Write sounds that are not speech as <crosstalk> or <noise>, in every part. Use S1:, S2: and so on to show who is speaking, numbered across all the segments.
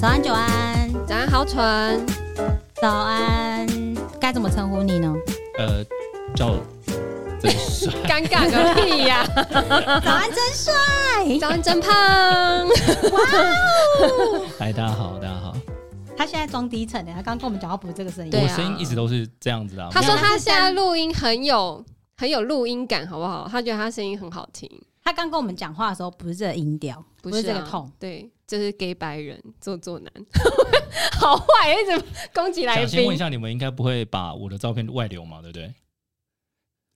S1: 早安，久安，
S2: 早上好蠢，
S1: 早安，该怎么称呼你呢？
S3: 呃，叫我真帅，
S2: 尴尬个屁 <laughs> 呀、
S1: 早安，真帅！
S2: 早上真胖，
S3: 哎，大家好，大家好，
S1: 他现在装低沉欸的，他刚跟我们讲话不是这个声音。
S2: 对啊
S3: 我声音一直都是这样子的啊。
S2: 他说他现在录音很有很有录音感，好不好？他觉得他声音很好听，
S1: 他刚跟我们讲话的时候不是这个音调，不
S2: 是
S1: 这个
S2: 啊
S1: 痛。，
S2: 对，就是给白人做作男， <laughs> 好坏，一直攻击来
S3: 想先问
S2: 宾
S3: 一，下，你们应该不会把我的照片外流嘛？
S2: <laughs>
S3: 对不对？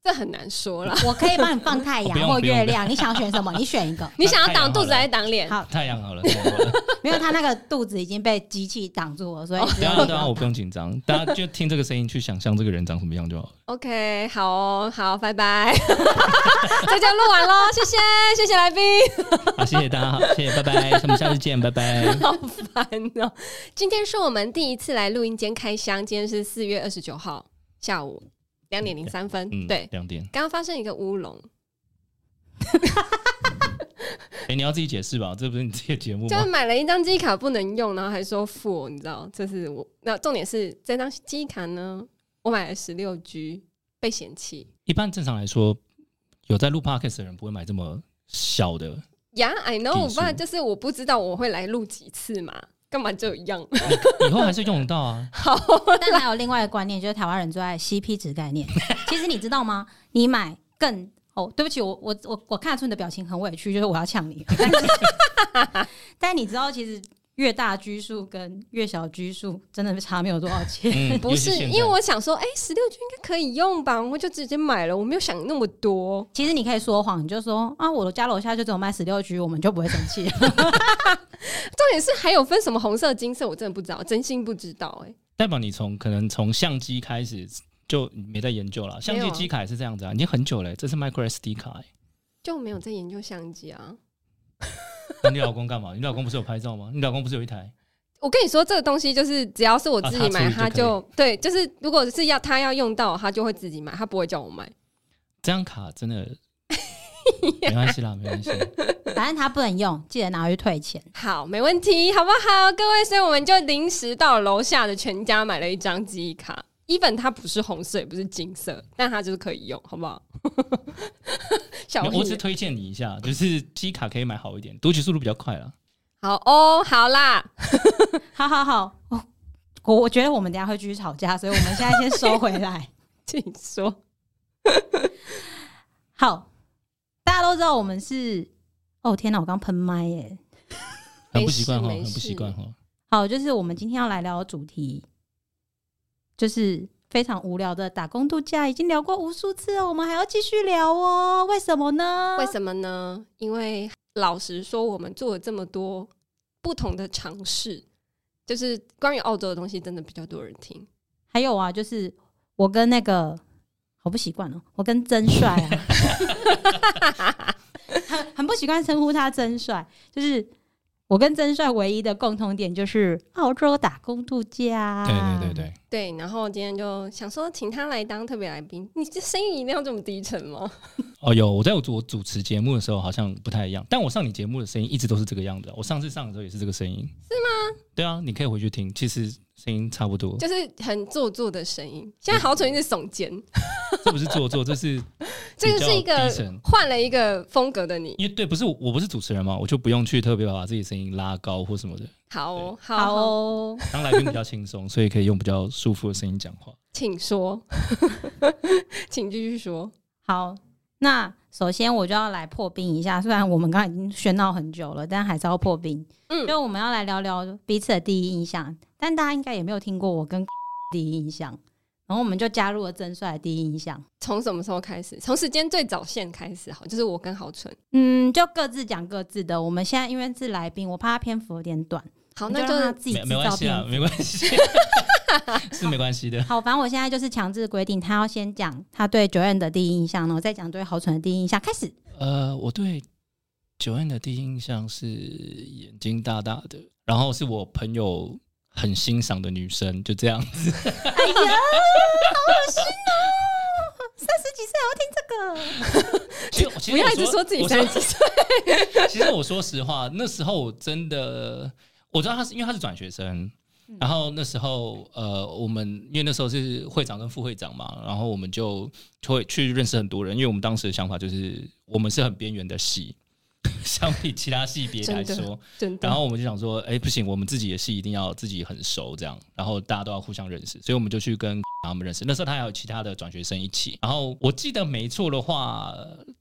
S2: 这很难说啦。
S1: 我可以帮你放太
S3: 哦不
S1: 阳
S3: 用
S1: 或
S3: 不用
S1: 月亮，你想选什么？你选一个。
S2: 你想要挡肚子还是挡脸？
S1: 好
S3: 太阳好了，太阳好了
S1: 没有，他那个肚子已经被机器挡住了，所以只
S3: 对
S1: 有
S3: 啊对啊，我不用
S2: <laughs>
S3: 紧张，大家就听这个声音去想象这个人长什么样就好了。
S2: OK，好哦，好，拜拜， <laughs> 这就录完喽，谢谢，谢谢来宾， <laughs>
S3: 好，啊谢谢大家，谢谢，拜拜，我们下次见，拜拜。
S2: 好烦哦。今天是我们第一次来录音间开箱，今天是四月二十九号下午两点零三分，
S3: 嗯，
S2: 对，
S3: 两点。
S2: 刚刚发生一个乌龙，
S3: 哎，你要自己解释吧，这不是你自己的节目
S2: 就是
S3: 吗？
S2: 买了一张机卡不能用，然后还说付我，你知道，这是我。那重点是这张机卡呢，我买了十六 G，被嫌弃。
S3: 一般正常来说，有在录 podcast 的人不会买这么小的，
S2: Yeah, I
S3: 技
S2: know，
S3: 术
S2: 不然就是我不知道我会来录几次嘛，干嘛这样？
S3: 以后还是用得到啊。
S1: 但还有另外一个观念，就是台湾人最爱 CP 值概念。其实你知道吗？你买更哦，对不起，我我我我看得出你的表情很委屈，就是我要呛你。 <laughs> 但是但你知道，其实越大拘束跟越小拘束真的差没有多少钱。 <laughs>
S2: <laughs>
S3: 嗯，
S2: 不
S3: 尤
S2: 是
S3: 其，现在
S2: 因为我想说，哎、十六 G 应该可以用吧，我就直接买了，我没有想那么多。
S1: 其实你可以说谎，你就说啊，我家楼下就只有卖十六 G，我们就不会生气。
S2: 重点是还有分什么红色、金色，我真的不知道，真心不知道、哎，
S3: 代表你从可能从相机开始就没在研究了。相机机卡也是这样子啊，已经很久了、这是 micro SD 卡、欸。
S2: 就没有在研究相机啊。
S3: 那你老公干嘛？你老公不是有拍照吗？你老公不是有一台？
S2: 我跟你说，这个东西就是只要是我自己买，
S3: 啊
S2: 他
S3: 他处理就
S2: 就对，就是如果是要他要用到，他就会自己买，他不会叫我买。
S3: 这张卡真的没关系啦，没关系。
S1: <laughs> 反正他不能用，记得拿回去退钱。
S2: 好，没问题，好不好，各位？所以我们就临时到楼下的全家买了一张记忆卡，even 它不是红色，也不是金色，但它就是可以用，好不 <laughs> 好？小
S3: 没有我只
S2: 屁
S3: 推荐你一下，就是机卡可以买好一点，读取速度比较快啦。
S2: 好哦，好啦， <laughs>
S1: 好好好，哦我我觉得我们等一下会继续吵架，所以我们现在先收回来。
S2: 请说。
S1: 好，大家都知道我们是哦，天哪，我刚喷麦耶。
S3: 很不习惯哈，
S2: 没事
S3: 很不习惯哈。
S1: 好，就是我们今天要来聊的主题，就是非常无聊的打工度假，已经聊过无数次了，我们还要继续聊哦，为什么呢？
S2: 为什么呢？因为老实说，我们做了这么多不同的尝试，就是关于澳洲的东西，真的比较多人听。
S1: 还有啊，就是我跟那个好不习惯哦，我跟真帅啊， <laughs> 很很不习惯称呼他真帅，就是。我跟真帅唯一的共同点就是澳洲打工度假。
S3: 对对对对，
S2: 对，然后今天就想说，请他来当特别来宾。你这声音一定要这么低沉吗？
S3: 哦，有我在我主我主持节目的时候好像不太一样，但我上你节目的声音一直都是这个样子啊。我上次上的时候也是这个声音，是吗？对啊，你可以回去听，其实声音差不多。
S2: 就是很做作的声音。现在好蠢一直耸肩，
S3: 这不是做作，这是
S2: 这个
S3: 比较
S2: 是一个
S3: 低沉
S2: 换了一个风格的你。
S3: 因为对，不是我我不是主持人嘛，我就不用去特别把自己声音拉高或什么的。
S2: 好哦，好
S1: 好
S2: 哦，
S1: 哦，
S3: 当来宾比较轻松，所以可以用比较舒服的声音讲话。
S2: 请说， <laughs> 请继续说。
S1: 好，那首先我就要来破冰一下，虽然我们刚刚已经喧闹很久了，但还是要破冰。
S2: 嗯
S1: 就我们要来聊聊彼此的第一印象，但大家应该也没有听过我跟 <laughs> 第一印象，然后我们就加入了真帅的第一印象。
S2: 从什么时候开始？从时间最早线开始，好，就是我跟好蠢。
S1: 嗯，就各自讲各自的。我们现在因为是来宾，我怕他篇幅有点短，
S2: 好，
S1: 你
S2: 那
S1: 就让他
S2: 就
S1: 自己
S3: 没
S1: 制
S3: 没关
S1: 造
S3: 系 <laughs>
S1: 篇
S3: 啊，
S1: 幅。
S3: 没关系。是没关系的。
S1: 好，反正我现在就是强制规定他要先讲他对九院的第一印象，然后再讲对郝纯的第一印象。开始，
S3: 呃，我对九恩的第一印象是眼睛大大的，然后是我朋友很欣赏的女生，就这样。
S1: 哎呀，好恶心哦！三十几岁还要听这个，
S3: 其实我其实
S2: 不要
S3: 我
S2: 一直说自己
S3: 我
S2: 三十几岁，
S3: <laughs> 其实我说实话，那时候我真的我知道他是因为他是转学生，
S2: 嗯
S3: 然后那时候呃，我们因为那时候是会长跟副会长嘛，然后我们就就会去认识很多人，因为我们当时的想法就是我们是很边缘的系， <laughs> 相比其他系别来
S2: 真的
S3: 说，
S2: 真的。
S3: 然后我们就想说，哎、不行，我们自己也是一定要自己很熟这样，然后大家都要互相认识，所以我们就去跟他们认识。那时候他还有其他的转学生一起，然后我记得没错的话，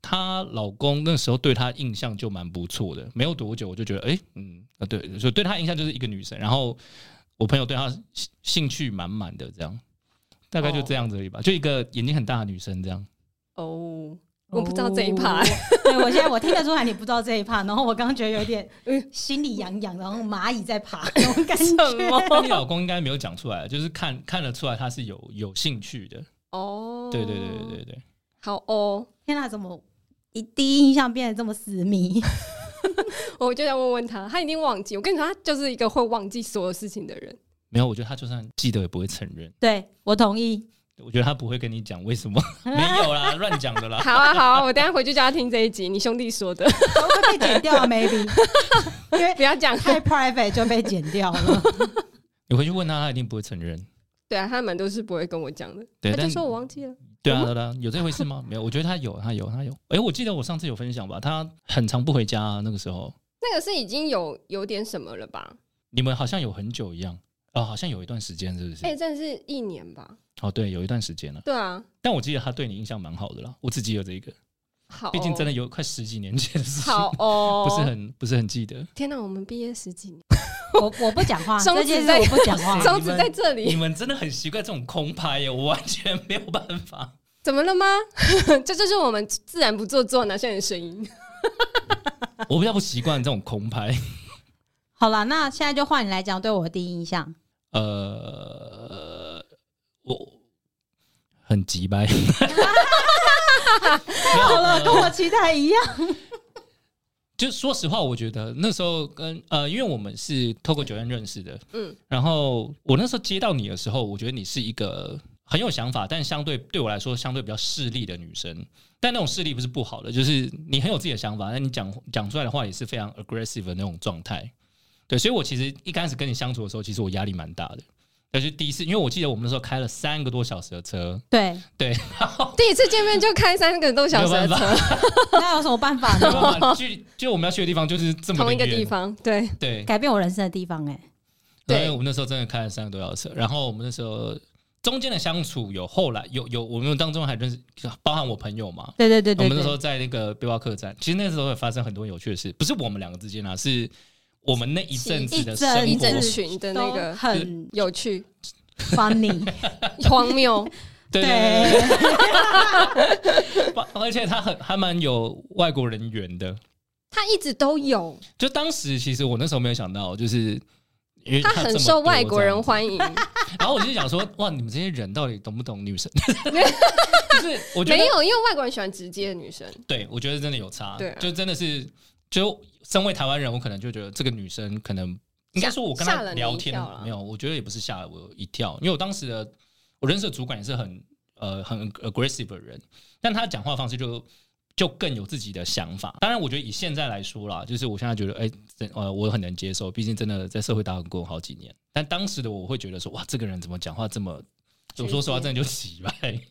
S3: 她老公那时候对她印象就蛮不错的。没有多久我就觉得，哎、嗯，啊对，所以对她印象就是一个女生，然后我朋友对她兴兴趣满满的这样。大概就这样子而已吧就一个眼睛很大的女生这样。
S2: 哦，我不知道这一趴
S1: 哦。对 <laughs> 我现在我听得出来你不知道这一趴，然后我刚刚觉得有
S2: <laughs>
S1: 点心里痒痒，然后蚂蚁在爬那种感
S2: 嗯什
S1: 觉。
S2: 么？
S3: 但你老公应该没有讲出来，就是看看得出来他是有有兴趣的。
S2: 哦，
S3: 对对对对对，对。
S2: 好哦，
S1: <laughs> 天哪、怎么一第一印象变得这么私密？
S2: 我就要问问他，他已经忘记。我跟你说，他就是一个会忘记所有事情的人。
S3: 没有，我觉得他就算记得也不会承认。
S1: 对我同意。
S3: 我觉得他不会跟你讲为什
S2: <laughs>
S3: 么，
S1: <laughs>
S3: 没有啦，乱讲的啦。
S2: 好啊，好啊，我等一下回去叫他听这一集，你兄弟说
S3: <laughs>
S2: 的，
S1: 会被剪掉啊，maybe，因 <laughs> 为
S2: 不要讲。
S1: 太 private 就被剪掉了。
S3: 你回去问他，他一定不会承认。
S2: 对啊，他们都是不会跟我讲的，
S3: 对
S2: 他就
S3: 但
S2: 说我哦忘记了。
S3: 对啊，对啊，有这回
S2: <laughs>
S3: 事吗？没有，我觉得他有，他有，他有。哎、我记得我上次有分享吧，他很常不回家、啊那个时候
S2: 那个是已经有有点什么了吧？
S3: 你们好像有很久一样，哦，好像有一段时间是不是？
S2: 哎、真的是一年吧？
S3: 哦，对，有一段时间了。
S2: 对啊，
S3: 但我记得他对你印象蛮好的啦，我只记得这一个，
S2: 好、哦，
S3: 毕竟真的有快十几年前的事情，
S2: 好哦，
S3: <laughs> 不是很不是很记得。
S2: 天哪，我们毕业十几年，
S1: 我我不讲
S2: <laughs>
S1: 话，
S2: 松
S1: 这
S2: 子
S1: 件事
S2: 在
S1: 我不讲话
S3: 啊。
S2: 手指在这
S3: 你
S2: 里，
S3: 们真的很习惯这种空拍耶，我完全没有办法。
S2: 怎么了吗？ <laughs> 这就是我们自然不做作拿下你的声音。 <laughs>
S3: 我比较不习惯这种空拍。
S1: 好了，那现在就换你来讲对我的第一印象。
S3: 呃，我很急掰。 <laughs>
S1: 好了，跟我期待一样。
S3: 就说实话，我觉得那时候跟呃，因为我们是透过酒店认识的，
S2: 嗯
S3: 嗯，然后我那时候接到你的时候，我觉得你是一个很有想法，但相对对我来说相对比较势利的女生。但那种势利不是不好的，就是你很有自己的想法，但你讲讲出来的话也是非常 aggressive 的那种状态。对，所以我其实一开始跟你相处的时候，其实我压力蛮大的。但是第一次，因为我记得我们那时候开了三个多小时的车，
S1: 对，
S3: 对，
S2: 第一次见面就开三个多小时的
S3: 没有
S2: <laughs> 车，
S1: 那有什么办法
S3: 没
S1: 呢？
S3: 有办法距就我们要去的地方就是这么的
S2: 同一个
S3: 远
S2: 地，方，对，
S3: 对
S1: 改变我人生的地方、哎，
S2: 对
S3: 对，我们那时候真的开了三个多小时，然后我们那时候中间的相处有后来有有我们当中还认识，包含我朋友嘛，
S1: 对对对对
S3: 我们那时
S1: 对，
S3: 候在那个背包客栈，其实那时候也发生很多有趣的事，不是我们两个之间啊，是我们那一阵子的生活，
S1: 一
S2: 一整群的那
S1: 都
S2: 个
S1: 很
S2: 有趣、
S1: funny，
S2: <laughs> 荒谬，
S3: 对对对
S1: 对，
S3: 对包而且他很还蛮有外国人缘的。
S2: 他一直都有，
S3: 就当时其实我那时候没有想到，就是因为
S2: 他
S3: 这
S2: 很
S3: 么
S2: 受
S3: 多
S2: 外国
S3: 这样
S2: 人
S3: 子
S2: 欢迎。
S3: 然后我就想说，哇，你们这些人到底懂不懂女生？ <laughs> 就是 <laughs> 我觉
S2: 没
S3: 得，
S2: 有，因为外国人喜欢直接的女生，
S3: 对我觉得真的有差，
S2: 对啊
S3: 就真的是，就身为台湾人，我可能就觉得这个女生可能应该说，我跟
S2: 吓
S3: 她
S2: 了你
S3: 聊
S2: 一
S3: 天
S2: 跳啦
S3: 没有，我觉得也不是吓了我一跳，因为我当时的我认识的主管也是很呃很 aggressive 的人，但他讲话方式就。就更有自己的想法。当然，我觉得以现在来说啦，就是我现在觉得，哎、真呃，我很能接受，毕竟真的在社会打滚过好几年。但当时的我会觉得说，哇，这个人怎么讲话这么……
S2: 直接
S3: 我说实话，真的就急掰。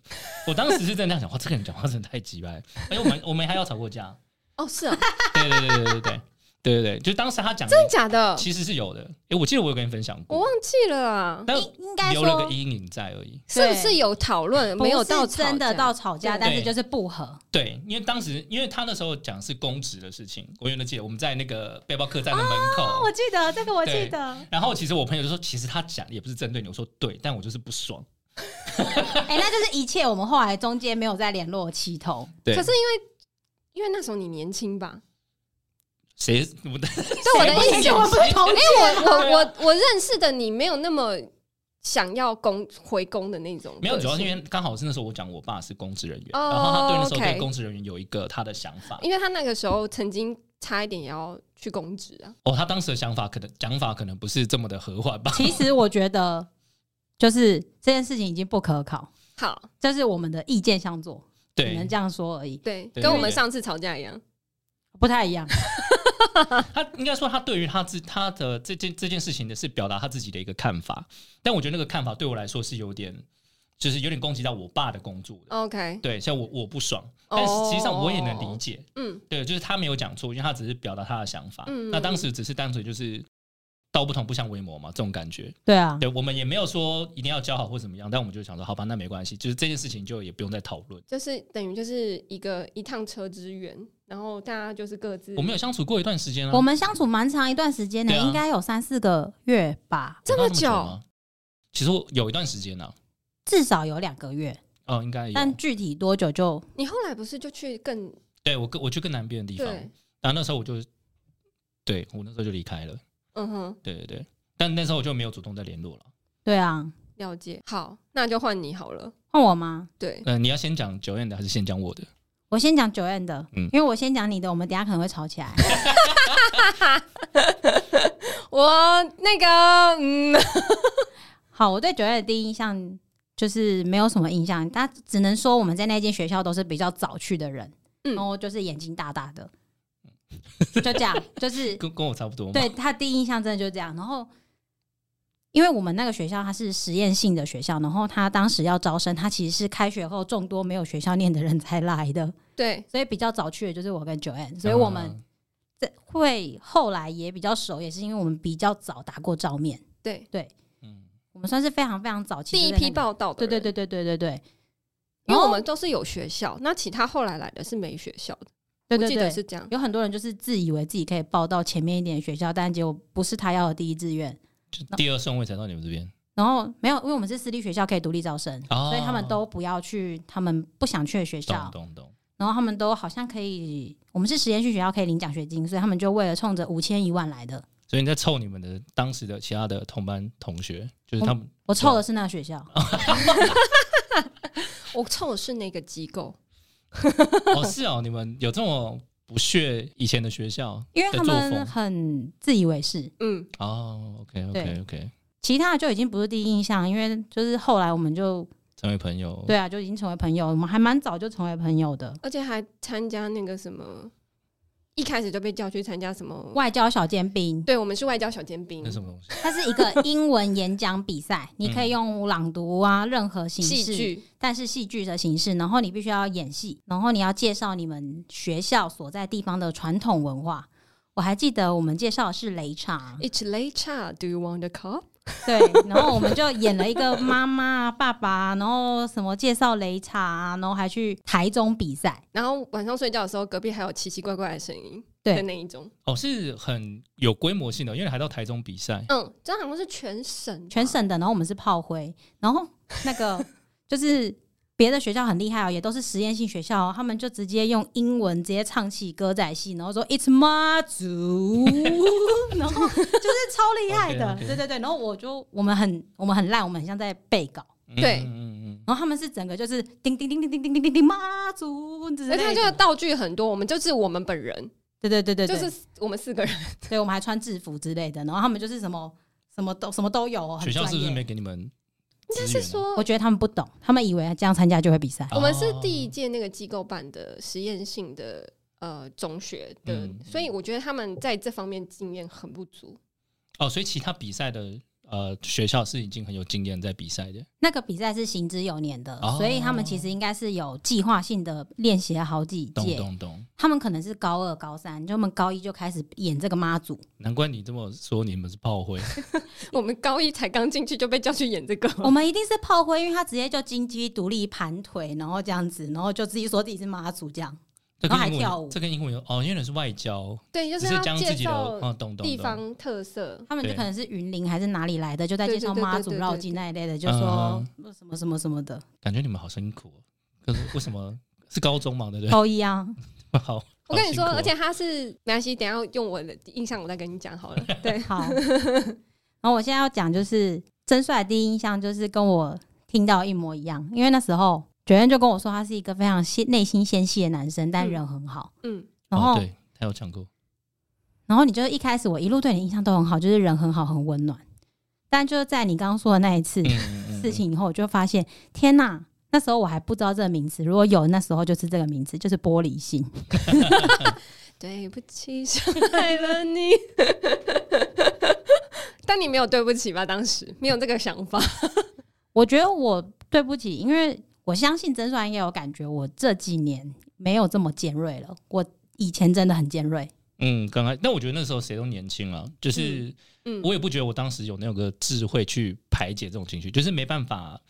S3: 我当时是真的这样想，哇，这个人讲话真的太急掰。而且我们 <laughs> 我们还要吵过架。
S2: 哦，是啊，
S3: 对对对对对对对对对，就当时他讲的
S2: 真的假
S3: <laughs>
S2: 的？
S3: 其实是有的。哎、我记得我有跟你分享
S2: 我
S3: 过
S2: 忘，记了啊，
S3: 但
S1: 应应该
S3: 留了
S1: 说
S3: 个阴影在而已。
S2: 是不是有讨论？没有到
S1: 不是真的
S2: 吵架
S1: 到吵架，
S2: 对
S1: 但是就是不合。
S3: 对，因为当时因为他那时候讲是公职的事情，我永远都记得我们在那个背包客栈的门口。
S1: 我记得这个，我
S3: 对
S1: 记得。
S3: 然后其实我朋友就说，其实他讲也不是针对你，我说对，但我就是不爽。
S1: <laughs> 哎、那就是一切我们后来中间没有再联络的起头。
S3: 对
S2: 可是因为因为那时候你年轻吧？
S3: 谁我的
S2: 对我的意思
S1: 我 <laughs>
S2: 是，
S1: 们不是同
S2: 因为我我我我认识的你没有那么想要工回工的那种个性。
S3: 没有，主要是因为刚好是那时候我讲我爸是公职人员，
S2: 哦
S3: 然后他对那时候
S2: OK
S3: 对公职人员有一个他的想法。
S2: 因为他那个时候曾经差一点也要去公职啊，
S3: 哦，他当时的想法可能讲法可能不是这么的和缓吧。
S1: 其实我觉得，就是这件事情已经不可考，
S2: 好，
S1: 这是我们的意见相左，只
S3: <laughs> 对
S1: 能，这样说而已，
S2: 对，
S3: 对
S2: 跟我
S3: 对
S2: 们
S3: 对
S2: 上次吵架一样，
S1: 不太一样。
S3: 他应该说他对于他自他的这件这件事情的是表达他自己的一个看法，但我觉得那个看法对我来说是有点，就是有点攻击到我爸的工作的。
S2: OK，
S3: 对，像我我不爽，但是实际上我也能理解。
S2: 嗯
S3: 对，就是他没有讲错，因为他只是表达他的想法。
S2: 嗯
S3: 那当时只是单纯就是道不同不相为谋嘛，这种感觉。
S1: 对啊，
S3: 对，我们也没有说一定要交好或怎么样，但我们就想说，好吧，那没关系，就是这件事情就也不用再讨论。
S2: 就是等于就是一个一趟车之缘，然后大家就是各自
S3: 我们有相处过一段时间啊，
S1: 我们相处蛮长一段时间呢，
S3: 对啊
S1: 应该有三四个月吧，
S2: 这
S3: 有到
S2: 么
S3: 么
S2: 久，
S3: 吗？其实我有一段时间呢、
S1: 至少有两个月，
S3: 啊，哦，应该
S1: 但
S3: 有。
S1: 具体多久就
S2: 你后来不是就去更
S3: 对我更我去更南边的地方，
S2: 对，
S3: 然后那时候我就，对我那时候就离开了，
S2: 嗯哼，
S3: 对对对，但那时候我就没有主动再联络了。
S1: 对啊，
S2: 了解。好，那就换你好了。
S1: 换我吗？
S2: 对，
S3: 嗯、你要先讲九燕的还是先讲我的？
S1: 我先讲九 N 的，
S3: 嗯
S1: 因为我先讲你的，我们等一下可能会吵起
S3: <laughs>
S1: 来。
S2: 我那个嗯，
S1: 好，我对九 N 的第一印象就是没有什么印象，但只能说我们在那间学校都是比较早去的人，
S2: 嗯
S1: 然后就是眼睛大
S3: <laughs>
S1: 大的，就这样，就是
S3: 跟跟我差不多嘛。
S1: 对他第一印象真的就这样。然后，因为我们那个学校它是实验性的学校，然后他当时要招生，他其实是开学后众多没有学校念的人才来的，
S2: 对，
S1: 所以比较早去的就是我跟九 N，所以我们
S3: 嗯
S1: 这会后来也比较熟，也是因为我们比较早打过照面，
S2: 对，
S3: 嗯
S1: 我们算是非常非常早期
S2: 第一批，报道的
S1: 对
S2: 人，
S1: 对对对对对对，
S2: 因为我
S1: 哦
S2: 们都是有学校，那其他后来来的是没学校的，
S1: 对
S2: 我
S1: 对
S2: 记得
S1: 对，
S2: 是这样。
S1: 有很多人就是自以为自己可以报到前面一点的学校，但结果不是他要的第一志愿。
S3: 就第二顺位才到你们这边，
S1: 然后没有，因为我们是私立学校，可以独立招生，
S3: 哦
S1: 所以他们都不要去他们不想去的学
S3: 懂
S1: 校。
S3: 懂懂。
S1: 然后他们都好像可以，我们是实验性学校，可以领奖学金，所以他们就为了冲着五千一万来的。
S3: 所以你在凑你们的当时的其他的同班同学，就是他们
S1: 我凑的是那个学
S2: 啊
S1: 校，
S2: 我凑的是那个机构，
S3: 哦是哦，你们有这么不屑以前的学校
S1: 因为他
S3: 的作
S1: 们
S3: 风
S1: 很自以为是。
S2: 嗯，
S3: 哦，OK OK
S1: 对
S3: OK，
S1: 其他的就已经不是第一印象，因为就是后来我们就
S3: 成为朋
S2: 哦
S3: 友，
S1: 对啊，就已经成为朋友，我们还蛮早就成为朋友的。
S2: 而且还参加那个什么，一开始就被叫去参加什么。
S1: 外交小尖兵，
S2: 对，我们是外交小尖兵
S3: 那，什么东西？
S1: 它是一个英文演讲比赛， <laughs> 你可以用朗读啊，任何形
S2: 戏
S1: 式，
S2: 剧，，
S1: 但是戏剧的形式，然后你必须要演戏，然后你要介绍你们学校所在地方的传统文化。我还记得我们介绍的是擂茶
S2: It's <laughs> late, child. Do you want a cup？
S1: 对，然后我们就演了一个妈妈、爸爸，然后什么介绍擂茶，然后还去台中比赛，
S2: 然后晚上睡觉的时候，隔壁还有奇奇怪怪的声音
S1: 对
S2: 的那一种。
S3: 哦，是很有规模性的，因为还到台中比赛，
S2: 嗯，这好像是全省吧，
S1: 全省的，然后我们是炮灰，然后那个就是别的学校很厉害哦，也都是实验性学校、哦，他们就直接用英文直接唱起歌仔戏，然后说 It's 妈祖，然后就是超厉害的
S3: OK，OK
S1: 对对对，然后我就我们很我们很烂，我们很像在背稿。
S2: 对
S3: 嗯嗯嗯，
S1: 然后他们是整个就是叮叮叮叮叮叮叮叮叮妈祖之
S2: 而且它
S1: 类
S2: 这个
S1: 的，
S2: 道具很多，我们就是我们本人，
S1: 对对对对对，
S2: 就是我们四个人。
S1: 对我们还穿制服之类的，然后他们就是什么什么都什么都有哦，很
S3: 学校是不是
S1: 专业
S3: 没给你们资源啊？
S2: 但是说
S1: 我，觉得他们不懂，他们以为这样参加就会比赛。
S2: 我们
S3: 哦
S2: 是第一届那个机构办的实验性的呃中学的
S3: 嗯，
S2: 所以我觉得他们在这方面经验很不足。
S3: 哦，所以其他比赛的呃学校是已经很有经验在比赛的，
S1: 那个比赛是行之有年的，
S3: 哦
S1: 所以他们其实应该是有计划性的练习了好几
S3: 懂
S1: 届。
S3: 懂懂。
S1: 他们可能是高二、高三，就他们高一就开始演这个妈
S2: <laughs>
S1: 祖。
S3: 难怪你这么说，你们是炮灰，
S2: 我们高一才刚进去就被叫去演这个，
S3: 哦
S1: 我们一定是炮灰，因为他直接就金鸡独立盘腿，然后这样子，然后就自己说自己是妈祖这样。
S3: 这
S1: 然后
S3: 跟
S1: 还
S3: 英
S1: 跳舞
S3: 文，这跟英文有哦，因为你是外交，
S2: 对，就
S3: 只
S2: 要
S3: 将
S2: 介
S3: 自己的
S2: 绍
S3: 哦，懂懂
S2: 地
S3: 懂，
S2: 方特色。
S1: 他们就
S3: 对
S1: 可能是云林还是哪里来的，就在介绍
S2: 对对对
S1: 妈祖
S2: 对对
S1: 绕
S2: 对嗯
S1: 境那一类的，就说什么什么什么的。
S3: 感觉你们好辛苦哦。可是为什么是高中嘛？对不
S1: 高一啊，
S3: 对？好，
S2: 哦我跟你说，
S3: 好辛苦哦
S2: 而且他是没关系，等
S1: <laughs>
S2: 一
S3: <laughs>
S2: 下用我的印象我再跟你讲好了。对，
S1: 好。然后我现在要讲就是生出来第一印象就是跟我听到一模一样，因为那时候九燕就跟我说他是一个非常细内心纤细的男生，但
S2: 嗯
S1: 人很好。
S2: 嗯，
S1: 然后、
S3: 哦、对他有讲过，
S1: 然后你就是一开始我一路对你印象都很好，就是人很好，很温暖。但就是在你刚刚说的那一次
S3: 嗯嗯嗯
S1: 事情以后，我就发现，天哪！那时候我还不知道这个名词，如果有，那时候就是这个名词，就是玻璃心。
S2: 对不起，伤害了你。 <laughs> 但你没有对不起吧？当时没有这个想法。
S1: 我觉得我对不起，因为我相信曾帅应该有感觉，我这几年没有这么尖锐了。我以前真的很尖锐，
S3: 嗯，刚开，但我觉得那时候谁都年轻啊，就是
S2: 嗯，
S3: 我也不觉得我当时有那个智慧去排解这种情绪，就是没办法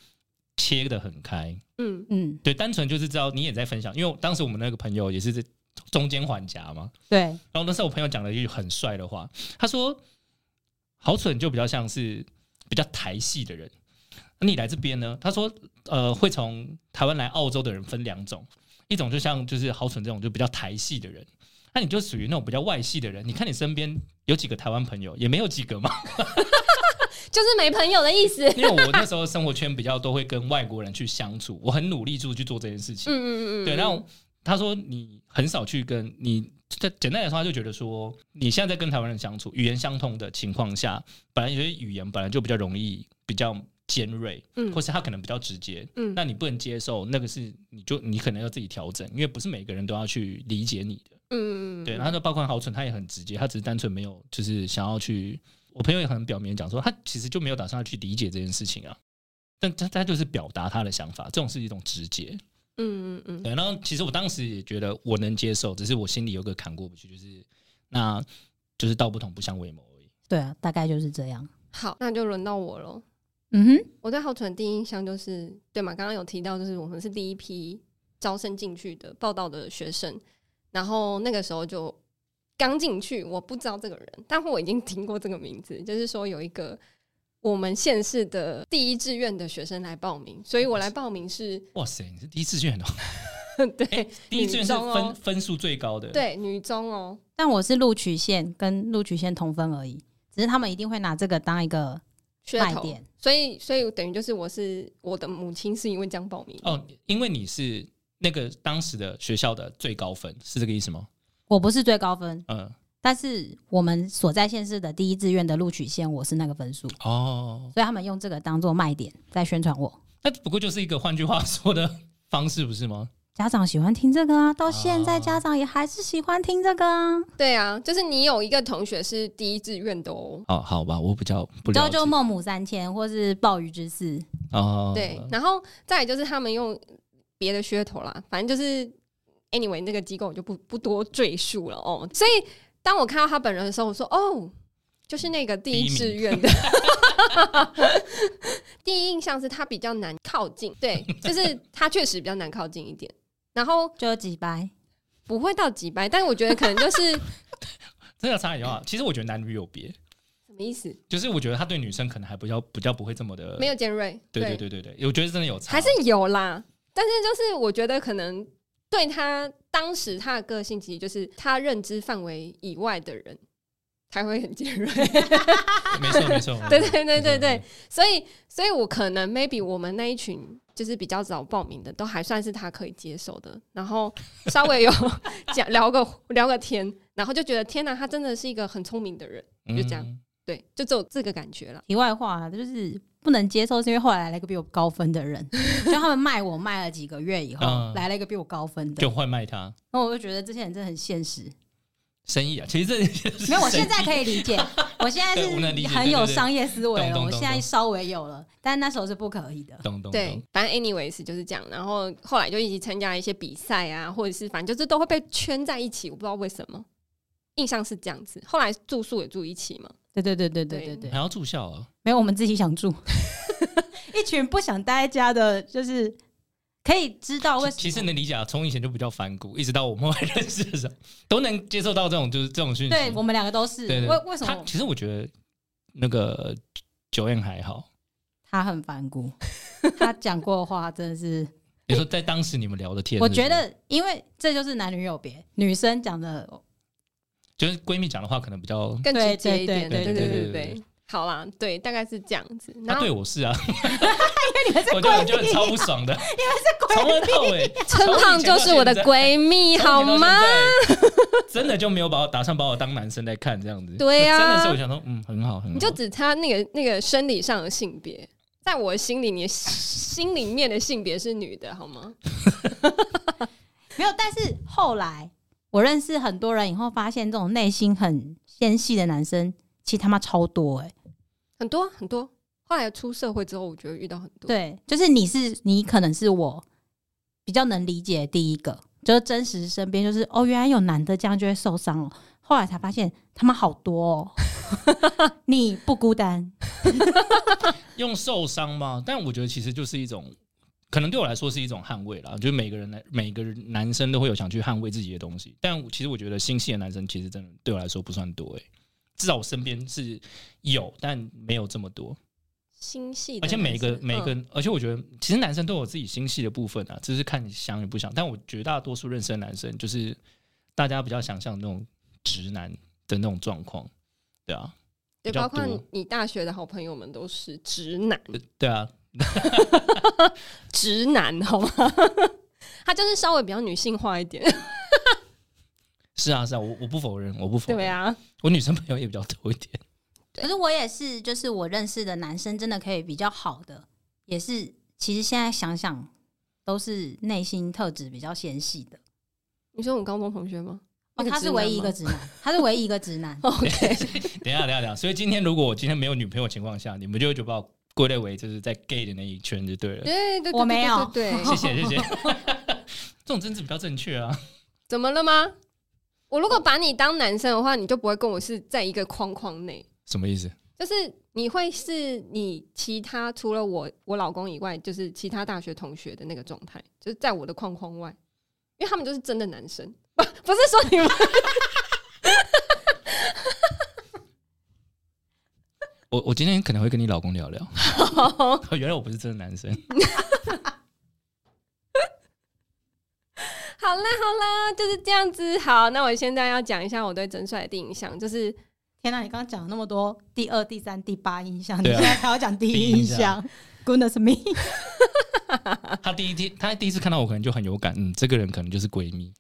S3: 切的很开。
S2: 嗯
S1: 嗯，
S3: 对，单纯就是知道你也在分享，因为当时我们那个朋友也是在中间环夹嘛，
S1: 对，
S3: 然后那时候我朋友讲了一句很帅的话，他说：“好蠢就比较像是比较台系的人，那你来这边呢？”他说：“呃，会从台湾来澳洲的人分两种，一种就像就是好蠢这种就比较台系的人，那你就属于那种比较外系的人。你看你身边有几个台湾朋友，也没有几个嘛，
S2: 就是没朋友的意思。
S3: 因为我那时候生活圈比较都会跟外国人去相处，我很努力做去做这件事
S2: 嗯
S3: 情。”
S2: 嗯嗯，
S3: 对，然后他说你很少去跟你，这简单来说，他就觉得说你现在在跟台湾人相处，语言相通的情况下，本来有些语言本来就比较容易比较尖锐，
S2: 嗯
S3: 或是他可能比较直接，
S2: 嗯
S3: 那你不能接受，那个是你就你可能要自己调整，因为不是每个人都要去理解你的。
S2: 嗯嗯
S3: 对，然后他说包括好蠢，他也很直接，他只是单纯没有就是想要去，我朋友也很表面讲说，他其实就没有打算要去理解这件事情啊。但他他就是表达他的想法，这种是一种直接。
S2: 嗯嗯嗯
S3: 对，然后其实我当时也觉得我能接受，只是我心里有个坎过不去，就是那就是道不同不相为谋而已。
S1: 对啊，大概就是这样。
S2: 好，那就轮到我喽。
S1: 嗯哼，
S2: 我对好蠢的第一印象就是，对嘛？刚刚有提到，就是我们是第一批招生进去的报道的学生，然后那个时候就刚进去，我不知道这个人，但我已经听过这个名字，就是说有一个我们县市的第一志愿的学生来报名，所以我来报名是
S1: <laughs>
S3: 哇塞，你是第一志愿哦，
S1: 哎
S2: 对
S3: 第一志愿是
S2: 中哦
S3: 分分数最高的，，
S2: 对女中哦，
S1: 但我是录取线跟录取线同分而已，只是他们一定会拿这个当一个
S2: 噱
S1: 卖
S2: 头，
S1: 点。
S2: 所以所以等于就是我是我的母亲是因为这样报名的
S3: 哦，因为你是那个当时的学校的最高分，是这个意思吗？
S1: 我不是最高分，
S3: 嗯，
S1: 但是我们所在县市的第一志愿的录取线，我是那个分数，
S3: 哦，
S1: 所以他们用这个当做卖点在宣传我。
S3: 那不过就是一个换句话说的方式，不是吗？
S1: 家长喜欢听这个啊，到现在
S3: 哦
S1: 家长也还是喜欢听这个啊。
S2: 对啊，就是你有一个同学是第一志愿的哦。
S3: 哦，好吧，我比较不
S1: 之后
S3: 了解
S1: 就孟母三迁，或是鲍鱼之肆。
S3: 哦，
S2: 对，然后再来就是他们用别的噱头啦，反正就是 anyway 那个机构我就不不多赘述了哦。所以当我看到他本人的时候，我说哦，就是那个第一
S3: 第一名
S2: 志愿的。 <laughs> 第一印象是他比较难靠近，对，就是他确实比较难靠近一点，然后
S1: 就有几掰。
S2: 不会到几百，但是我觉得可能就是 <laughs> 什
S3: 这要插一句话，其实我觉得男女有别，
S2: 么意思，
S3: 就是我觉得他对女生可能还比较比较不会这么的
S2: 没有尖锐，
S3: 对对对对对，我觉得真的有差，
S2: 还是有啦，但是就是我觉得可能对他当时他的个性，其实就是他认知范围以外的人才会很尖锐。 <laughs>
S3: <laughs> 没错
S1: <laughs>
S3: 没错，没错
S2: 对对对
S3: 没错
S2: 对
S3: 没
S2: 对
S3: 错，
S2: 所以所以我可能 maybe 我们那一群就是比较早报名的，都还算是他可以接受的，然后稍微有 <laughs> 讲聊个聊个天，然后就觉得天哪，他真的是一个很聪明的人，就这样
S3: 嗯
S2: 对，就只有这个感觉了。
S1: 题外话啊，就是不能接受，是因为后来来了一个比我高分的
S3: <laughs>
S1: 人，就他们卖我卖了几个月以后，
S3: 嗯
S1: 来了一个比我高分的
S3: 就，换卖他
S1: 那我就觉得这些人真的很现
S3: <laughs>
S1: 实。
S3: 生意啊。其实这
S1: 没有，我现在可以理
S3: <laughs>
S1: 解，我现在
S3: 对我能理
S1: 是
S3: 解
S1: 很有商业思维
S3: 对对
S1: 了，
S3: 对。
S1: 我现在稍微有了，但那时候是不可以的
S3: <laughs> 懂懂
S2: 对
S3: 懂，，
S2: 反正 anyways 就是这样。然后后来就一起参加一些比赛啊，或者是反正就是都会被圈在一起，我不知道为什么，印象是这样子。后来住宿也住一起嘛，
S1: 对对对对对对
S3: 还
S1: 对，
S3: 要住校啊？
S1: 没有，我们自己想住， <laughs> 一群不想待在家的，就是可以知道为什么。
S3: 其其实能理解，啊，从以前就比较反骨，一直到我们会认识的时候，都能接受到这种就是这种讯息。
S1: 对我们两个都是，
S3: 嗯对对
S1: 为为什
S3: 他
S1: 么
S3: 其实我觉得那个九燕还好。
S1: 他很反骨， <laughs> 他讲过的话真的是，
S3: 你说在当时你们聊的天，
S1: 我
S3: 是不是
S1: 觉得，因为这就是男女有别，女生讲的
S3: 就是闺蜜讲的话可能比较
S2: 更直接
S1: 对
S2: 一点。
S1: 对
S2: 对
S3: 对对
S2: 对
S3: 对对
S2: 对。好啦，对，大概是这样子。然
S3: 他
S2: 后
S3: 对我是啊，
S1: 你们是
S3: 我觉得我
S1: 闺
S3: 觉得
S1: 蜜，
S3: 超不爽
S1: <laughs>
S3: 的，
S1: 你
S3: 从
S1: 们
S3: 头
S1: 是闺
S3: 到
S1: 蜜。
S3: 尾，
S2: 春胖就是我的闺蜜，
S3: 从
S2: 好
S3: 以前到
S2: 吗？
S3: 现嗯在？真的就没有把我打算把我当男生在看这样子。
S2: 对啊
S3: 真的是我想说，嗯，很好，很好。
S2: 你就只差那个那个生理上的性别，在我心里，你的心里面的性别是女的，好吗？
S1: 没有，但是后来我认识很多人以后，发现这种内心很纤细的男生，其实他妈超多哎、
S2: 很多很多。后来出社会之后，我觉得遇到很多。
S1: 对，就是你是你，可能是我比较能理解的第一个，就是真实身边就是哦，原来有男的这样就会受伤哦。后来才发现他们好多
S3: <laughs>
S1: 哦，你不孤单，
S3: 用受伤吗？但我觉得其实就是一种，可能对我来说是一种捍卫啦。就是每个人来，每个人男生都会有想去捍卫自己的东西。但我其实我觉得心细的男生其实真的对我来说不算多诶、欸至少我身边是有，但没有这么多。
S2: 心系的男
S3: 而且
S2: 生，
S3: 每个每个
S2: 嗯，
S3: 而且我觉得其实男生都有自己心细的部分啊，只是看你想与不想。但我绝大多数认识的男生，就是大家比较想象那种直男的那种状况，对啊，
S2: 对，
S3: 比较
S2: 包括
S3: 多
S2: 你大学的好朋友们都是直男，
S3: 对啊，
S2: 直男，好吗？ <laughs> 他就是稍微比较女性化一点， <laughs>
S3: 是啊，是啊，我我不否认，我不否认，
S2: 对啊，
S3: 我女生朋友也比较多一点。 <laughs>
S1: 可是我也是，就是我认识的男生真的可以比较好的，也是其实现在想想都是内心特质比较纤细的。
S2: 你说我高中同学吗？
S1: 哦，
S2: 那个
S1: 他是
S2: 直男
S1: 唯一一
S2: 吗。
S1: 个直男，他是唯一一个直男
S2: OK，
S1: <laughs>
S3: 等一下，等一下，等一下。啊所以今天如果我今天没有女朋友的情况下，你们就就把我归类为就是在 gay 的那一圈就对了。
S2: <laughs> 对对对，
S1: 我没有
S2: 对，对对
S1: <laughs>
S3: 谢谢，谢谢。这种政治比较正确啊。
S2: 怎么了吗？我如果把你当男生的话，你就不会跟我是在一个框框内，
S3: 什么意思？
S2: 就是你会是你其他除了我我老公以外，就是其他大学同学的那个状态，就是在我的框框外，因为他们就是真的男生， <laughs> 不不是说你们，
S3: 我我今天可能会跟你老公聊
S2: <laughs>
S3: 聊。哦原来我不是真的男生。
S2: 好啦好啦，就是这样子。好，那我现在要讲一下我对真帅的第一印象，就是
S1: 天哪、你刚刚讲了那么多第二、第三、第八印
S2: <laughs>
S1: 象，你
S3: 对啊
S1: 现在还要讲第一印象？Goodness me！
S3: 他第一天，他第一次看到我，可能就很有感，嗯，这个人可能就是闺蜜。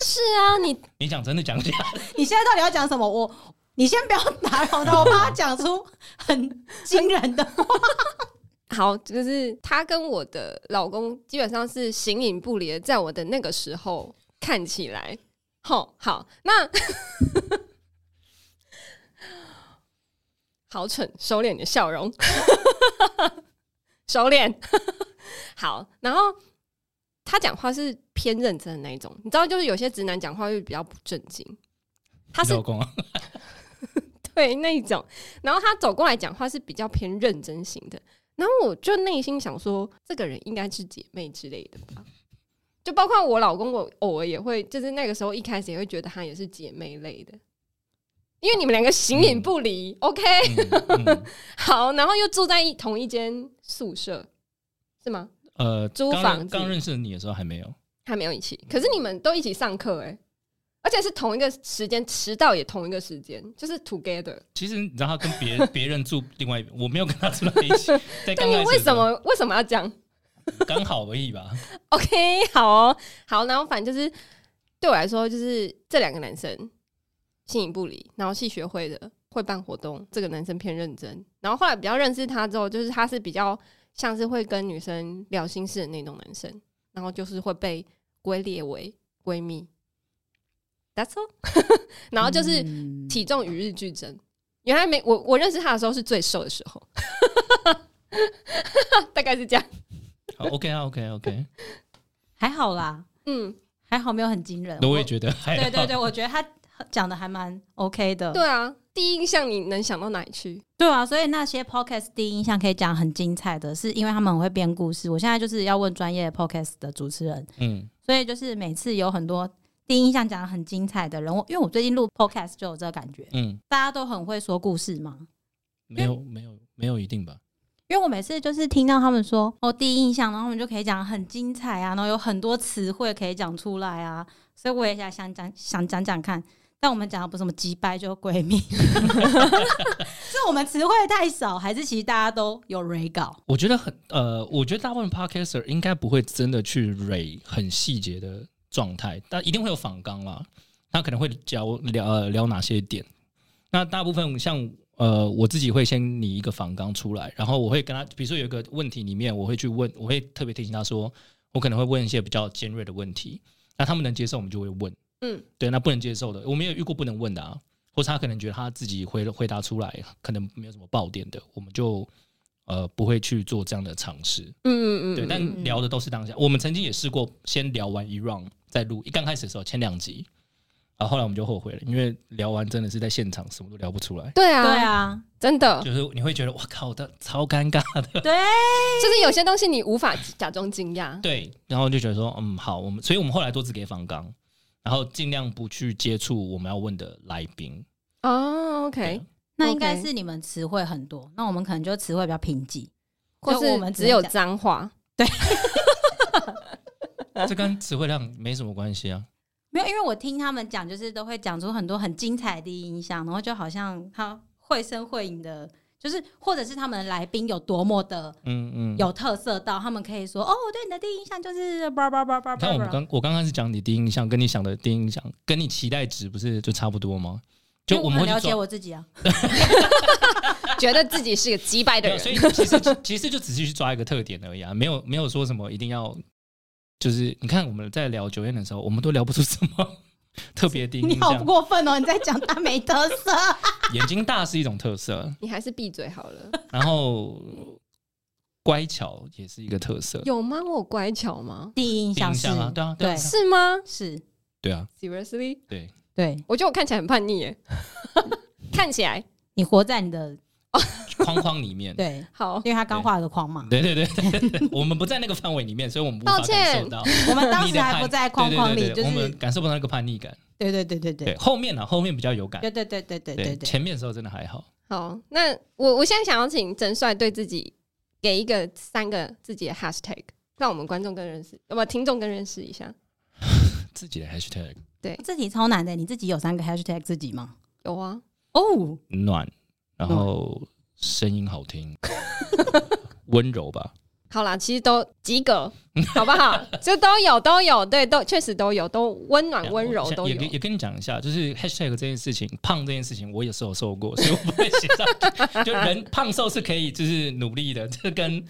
S2: 是啊，你
S3: 你讲真的讲假的？
S1: 你现在到底要讲什么？我，你先不要打扰他，我帮他讲出很惊人的。
S2: 好，就是他跟我的老公基本上是形影不离的，在我的那个时候看起来，吼好，那好蠢，收敛你的笑容， <laughs> 收敛， <laughs> 好，然后他讲话是偏认真的那一种，你知道，就是有些直男讲话会比较不正经， <laughs> 他是
S3: 老
S2: <laughs>
S3: 公啊，
S2: 对那一种。然后他走过来讲话是比较偏认真型的，然后我就内心想说，这个人应该是姐妹之类的吧。就包括我老公，我偶尔也会，就是那个时候一开始也会觉得他也是姐妹类的，因为你们两个形影不离、o k
S3: 嗯
S2: <laughs>
S3: 嗯
S2: 好，然后又住在一同一间宿舍，是吗？
S3: 呃，
S2: 租
S3: 刚
S2: 房子
S3: 刚认识你的时候还没有，
S2: 还没有一起，可是你们都一起上课哎、而且是同一个时间，迟到也同一个时间，就是 together。
S3: 其实你知道他跟别 <laughs> 别人住另外一边，我没有跟他住在一
S2: <laughs>
S3: 起，在
S2: 那
S3: 刚
S2: 你
S3: 开始的
S2: 为
S3: 时
S2: 什
S3: 候
S2: 么为什么要这样？
S3: 刚好而已吧？
S2: <laughs> OK，好哦，好，然后反正就是对我来说，就是这两个男生形影不离，然后系学会的会办活动，这个男生偏认真，然后后来比较认识他之后，就是他是比较像是会跟女生聊心事的那种男生，然后就是会被归列为闺蜜，That's all，然后就是
S1: 嗯
S2: 体重与日俱增。原来没我我认识他的时候是最瘦的时候， <laughs> 大概是这样。
S3: 好，OK 啊，OK
S2: <laughs>
S3: OK，
S1: 还好啦，
S2: 嗯，
S1: 还好没有很惊人。
S3: 那我也觉得还好
S1: 对对对，我觉得他讲的还蛮 OK 的。
S2: 对啊，第一印象你能想到哪里去？
S1: 对啊，所以那些 podcast 第一印象可以讲很精彩的，是因为他们很会编故事。我现在就是要问专业 podcast 的主持人，
S3: 嗯，
S1: 所以就是每次有很多第一印象讲的很精彩的人，我因为我最近录 podcast 就有这个感觉，
S3: 嗯，
S1: 大家都很会说故事嘛。
S3: 没有没有没有一定吧？
S1: 因为我每次就是听到他们说哦第一印象，然后他们就可以讲得很精彩啊，然后有很多词汇可以讲出来啊，所以我也想想讲想讲讲看。但我们讲的不是什么击败，就是闺蜜， <laughs> 是我们词汇太少，还是其实大家都有 re 稿？
S3: 我觉得很呃，我觉得大部分 podcaster 应该不会真的去蕊很细节的状态，但一定会有访纲啦。他可能会聊聊呃聊哪些点。那大部分像呃我自己会先拟一个访纲出来，然后我会跟他，比如说有一个问题里面，我会去问，我会特别提醒他说，我可能会问一些比较尖锐的问题，那他们能接受，我们就会问。
S2: 嗯，
S3: 对，那不能接受的，我们也遇过不能问的啊，或是他可能觉得他自己回回答出来可能没有什么爆点的，我们就呃不会去做这样的尝试。
S2: 嗯嗯嗯，
S3: 对，
S2: 嗯
S3: 但聊的都是当下。我们曾经也试过，先聊完一 round 再录，一刚开始的时候前两集，然后后来我们就后悔了，因为聊完真的是在现场什么都聊不出来，
S2: 对
S1: 对
S2: 啊，
S1: 啊，
S2: 真的
S3: 就是你会觉得我靠，的超尴尬 <laughs> 的。
S1: 对，
S2: 就是有些东西你无法假装惊讶，
S3: 对，然后就觉得说，嗯，好，我们，所以我们后来都只给方刚，然后尽量不去接触我们要问的来
S2: <laughs>
S3: 宾。
S2: 哦
S3: 对
S2: ，OK，
S1: 那应该
S2: OK
S1: 是你们词汇很多，那我们可能就词汇比较贫瘠，
S2: 或
S1: 就我们
S2: 是只有脏话，
S3: 这跟词汇量没什么关系啊。
S1: 没有，因为我听他们讲，就是都会讲出很多很精彩的音响，然后就好像他绘声绘影的，就是或者是他们的来宾有多么的
S3: 嗯嗯，
S1: 有特色到，他们可以说哦，我对你的第一印象就是叭叭叭叭叭
S3: 你看我们
S1: 叭。
S3: 刚我刚开始讲你第一印象，跟你想的第一印象，跟你期待值不是就差不多吗？就
S1: 因为
S3: 我们
S1: 很
S3: 会
S1: 了
S3: 去
S1: 解
S3: 抓，
S1: 我自己啊，
S2: 觉得自己是个击败的
S3: 没有 <laughs>
S2: 人，
S3: 啊所以其实其实就只是去抓一个特点而已啊，没有没有说什么一定要，就是你看我们在聊酒宴的时候，我们都聊不出什么 <laughs> 特别第一
S1: 你
S3: 印
S1: 好
S3: 象。
S1: 过分哦！你在讲他没特色，
S3: 眼睛大是一种特色，
S2: 你还是闭嘴好了。
S3: 然后乖巧也是一个特色，
S2: 有吗？我有乖巧吗？
S1: 第一印
S3: 第一
S1: 象
S3: 印
S1: 是
S3: 象啊，对啊，对啊，对啊
S2: 是吗
S1: 是，
S3: 对啊，
S2: ？Seriously，
S3: 对，
S1: 对
S2: 我觉得我看起来很叛逆耶， <laughs> 看起来
S1: 你活在你的
S3: 框框里面，
S1: 对，
S2: 好。
S1: 因为他刚画了个框嘛，
S3: 对对对对对对，我们不在那个范围里面，所以我们无法
S2: 抱歉
S3: 感受到。
S1: <laughs> 我们当
S3: 你
S1: 时
S3: 的
S1: 还
S3: 叛
S1: 不在框框里，
S3: 对对
S1: 就
S3: 对对我
S1: 是
S3: 们感受不到那个叛逆感。
S1: 对对对对
S3: 对，
S1: 对
S3: 后面呢、后面比较有感。
S1: 对对对对对对对，
S3: 前面的时候真的还好。
S2: 好，那我我现在想要请曾帅对自己给一个三个自己的 hashtag，让我们观众更认识，呃不，听众更认识一下。
S3: 自己的 hashtag
S1: 这题超难的，你自己有三个 hashtag 自己吗？
S2: 有啊，
S1: 哦，
S3: 暖，然后声音好
S1: <laughs>
S3: 听，温柔吧。
S2: 好啦，其实都及格，好不 <laughs> 好？这都有，都有，对，都确实都有，都温
S1: 啊
S2: 暖温柔
S3: 我
S2: 都
S3: 也
S2: 有
S3: 跟。也跟你讲一下，就是 hashtag 这件事情，胖这件事情，我也是有受过，所以我不会写上去。 <laughs> 就人胖瘦是可以，就是努力的，这
S1: <laughs>
S3: 跟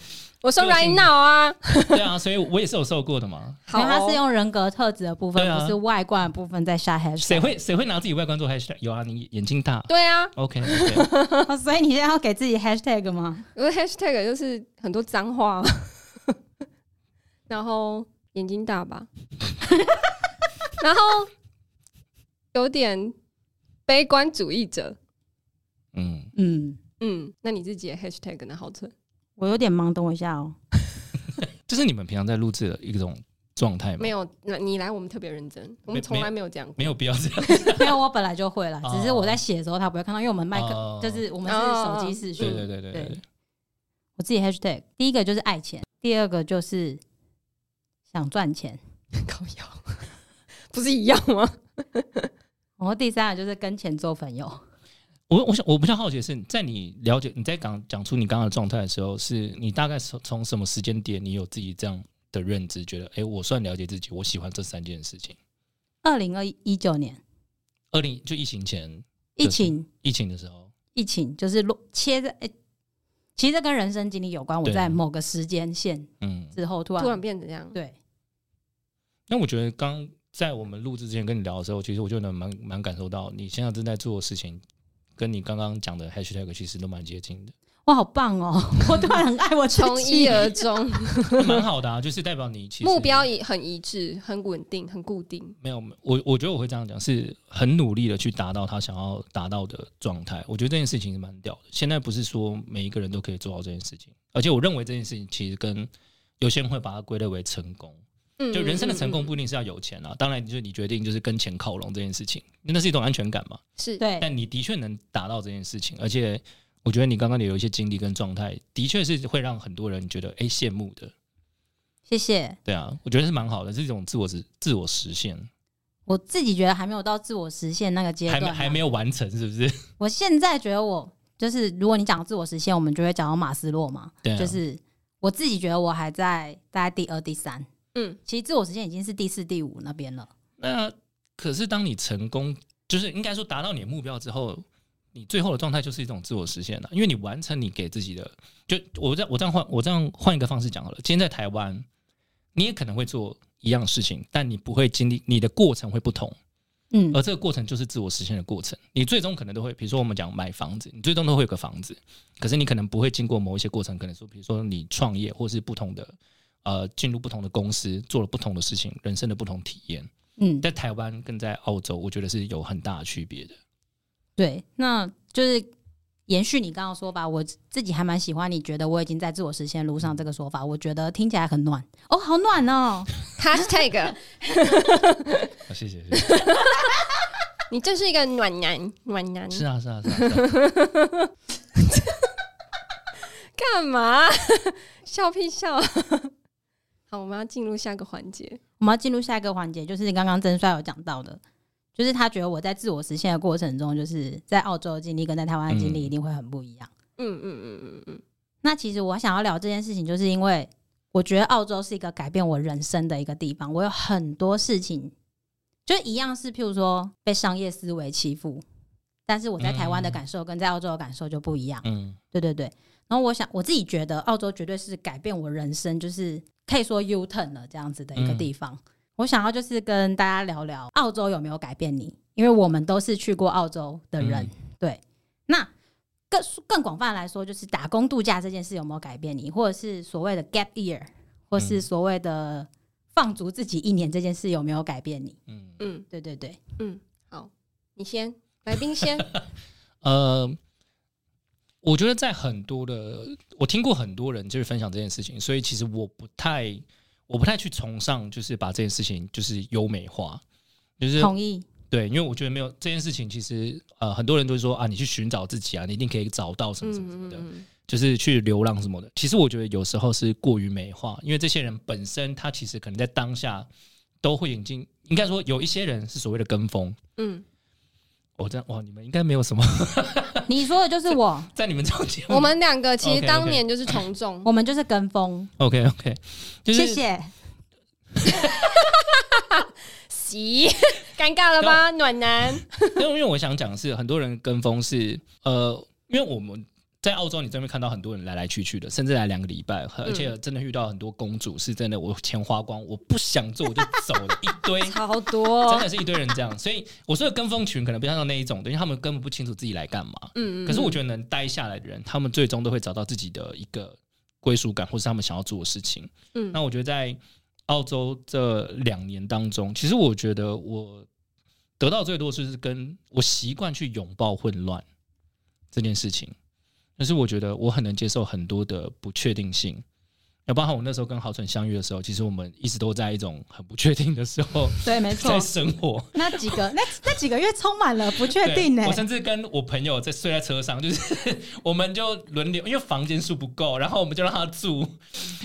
S2: 我说
S3: 这个
S2: right
S3: 性
S2: now 啊，
S3: 对啊，所以我也是有受过的嘛。
S2: 好
S1: 因为他
S2: 哦
S1: 是用人格特质的部分，
S3: 对啊
S1: 不是外观的部分在下 hash。
S3: 谁？会谁会拿自己外观做 hashtag？有啊，你眼睛大。
S2: 对啊，
S3: OK
S1: <laughs>
S3: OK，
S1: 所以你现在要给自己 hashtag 吗？
S2: 我的 hashtag 就是很多脏话， <laughs> 然后眼睛大吧， <laughs> 然后有点悲观主义者。
S3: 嗯，
S1: 嗯，
S2: 嗯，那你自己的 hashtag 呢？好蠢，
S1: 我有点忙，等我一下 <laughs> 哦。
S3: 这是你们平常在录制的一种状态吗？
S2: 没有，那你来我们特别认真，我们从来没有这样过。
S3: 没有必要这样。
S1: 没有，我本来就会了，
S3: 哦
S1: 只是我在写的时候他不会看到，因为我们麦克
S3: 哦
S1: 就是我们是手机视
S3: 对对
S1: 讯。
S3: 对对
S1: 对
S3: 对，
S1: 我自己 hashtag 第一个就是爱钱，第二个就是想赚钱，
S2: 高腰， <laughs> 不是一样吗？
S1: 然后第三个就是跟钱做朋友。
S3: 我我想我比较好奇的是，在你了解你在讲讲出你刚刚的状态的时候，是你大概从从什么时间点，你有自己这样的认知，觉得哎、诶我算了解自己，我喜欢这三件事情。
S1: 二零二一九年
S3: 二零就疫情前，
S1: 疫情，
S3: 疫情的时候，
S1: 疫情就是落切在、诶其实这跟人生经历有关。我
S3: 对
S1: 在某个时间线
S3: 嗯，
S1: 之后突然
S2: 突然变成这样，
S1: 对
S3: 那我觉得刚在我们录制之前跟你聊的时候，其实我就能蛮蛮感受到你现在正在做的事情，跟你刚刚讲的 hashtag 其实都蛮接近的，
S1: 哇，好棒哦！ <laughs> 我突然很爱我自
S2: 从一
S1: 己。
S2: 而 <laughs> 终，
S3: 蛮好的啊，就是代表你其实
S2: 目标也很一致，很稳定，很固定。
S3: 没有，我我觉得我会这样讲，是很努力的去达到他想要达到的状态。我觉得这件事情是蛮屌的。现在不是说每一个人都可以做到这件事情，而且我认为这件事情其实跟有些人会把它归类为成功。
S2: 嗯，
S3: 就人生的成功
S2: 嗯嗯
S3: 不一定是要有钱啊，当然就是你决定就是跟钱靠拢这件事情，那是一种安全感嘛。
S2: 嗯是
S1: <laughs> 对，
S3: 但你的确能达到这件事情，而且我觉得你刚刚也有一些经历跟状态，的确是会让很多人觉得哎羡慕的。
S1: 谢谢。
S3: 对啊，我觉得是蛮好的，是一种自我实自我实现，
S1: 我自己觉得还没有到自我实现那个阶
S3: 还
S1: 段
S3: 没
S1: 啊，
S3: 还没有完成，是不是？
S1: 我现在觉得我就是如果你讲到自我实现，我们就会讲到马斯洛嘛，
S3: 对啊
S1: 就是我自己觉得我还在大概第二、第三，
S2: 嗯，
S1: 其实自我实现已经是第四、第五那边了。
S3: 那可是当你成功，就是应该说达到你的目标之后，你最后的状态就是一种自我实现了，啊因为你完成你给自己的。就我这我这样换我这样换一个方式讲好了，今天在台湾，你也可能会做一样事情，但你不会经历你的过程会不同，
S1: 嗯
S3: 而这个过程就是自我实现的过程。你最终可能都会，比如说我们讲买房子，你最终都会有个房子，可是你可能不会经过某一些过程，可能说比如说你创业或是不同的。呃，进入不同的公司，做了不同的事情，人生的不同体验，
S1: 嗯，
S3: 在台湾跟在澳洲，我觉得是有很大的区别的。
S1: 对，那就是延续你刚刚说吧，我自己还蛮喜欢你觉得我已经在自我实现路上这个说法，我觉得听起来很暖哦，好暖哦，
S2: Hashtag，
S3: 啊、谢谢，谢谢。
S2: <laughs> 你真是一个暖男，暖男
S3: <laughs> 是啊，是啊，是啊。是啊 <laughs>
S2: 干嘛？ <laughs> 笑屁笑！ <laughs> 好，我们要进入下个环节。
S1: 我们要进入下一个环节，就是刚刚曾帅有讲到的，就是他觉得我在自我实现的过程中，就是在澳洲的经历跟在台湾的经历
S3: 嗯
S1: 一定会很不一样。
S2: 嗯嗯嗯嗯嗯，
S1: 那其实我想要聊这件事情，就是因为我觉得澳洲是一个改变我人生的一个地方。我有很多事情，就一样是，譬如说被商业思维欺负，但是我在台湾的感受跟在澳洲的感受就不一样。
S3: 嗯
S1: 对对对。然后我想我自己觉得澳洲绝对是改变我人生，就是可以说 U turn 了这样子的
S3: 嗯
S1: 一个地方。我想要就是跟大家聊聊澳洲有没有改变你，因为我们都是去过澳洲的人。
S3: 嗯
S1: 对，那更更广泛来说，就是打工度假这件事有没有改变你，或者是所谓的 gap year，或是
S3: 嗯
S1: 所谓的放逐自己一年这件事有没有改变你？
S3: 嗯
S2: 嗯
S1: 对对对，
S2: 嗯，好，你先，来宾
S3: <laughs>
S2: 先。
S3: 呃，我觉得在很多的，我听过很多人就是分享这件事情，所以其实我不太，我不太去崇尚，就是把这件事情就是优美化，就是
S1: 同意。
S3: 对，因为我觉得没有这件事情，其实呃，很多人都说啊，你去寻找自己啊，你一定可以找到什么
S2: 嗯
S3: 什么什么
S2: 嗯
S3: 的，
S2: 嗯
S3: 就是去流浪什么的。其实我觉得有时候是过于美化，因为这些人本身他其实可能在当下都会已经，应该说有一些人是所谓的跟风。
S2: 嗯，
S3: 我、这样哇，你们应该没有什么
S1: 你说的就是
S3: <laughs>
S1: 我，
S3: 在你们这种节目。
S2: 我们两个其实
S3: OK，OK
S2: 当年就是从众。
S3: 哦
S1: 我们就是跟风。
S3: OK OK，就是
S1: 谢谢。
S2: 咦，尴尬了
S3: <laughs> 啊
S2: 吧，暖男？
S3: 因为因为我想讲的是，很多人跟风是呃，因为我们在澳洲，你这边看到很多人来来去去的，甚至来两个礼拜，而且真的遇到很多公主，是真的我钱花光，我不想做我就走了一堆。
S2: 超
S3: 真
S1: 哦
S2: 多。
S3: 的是一堆人这样，所以我说的跟风群可能不像到那一种的，因为他们根本不清楚自己来干嘛。
S2: 嗯
S3: 可是我
S2: 得，
S3: 觉得能待下来的人，他们最终都会找到自己的一个归属感，或是他们想要做的事情。
S2: 嗯
S3: 那我觉得在澳洲这两年当中，其实我觉得我得到最多就是跟我习惯去拥抱混乱这件事情，但是我觉得我很能接受很多的不确定性。那包含我那时候跟郝纯相遇的时候，其实我们一直都在一种很不确定的时候
S1: 对，没错
S3: 在。生活。
S1: 那几个那那几个月充满了不确定
S2: 欸
S1: 呢、
S3: 对我甚至跟我朋友在睡在车上，就是 <laughs> 我们就轮流，因为房间数不够，然后我们就让他住，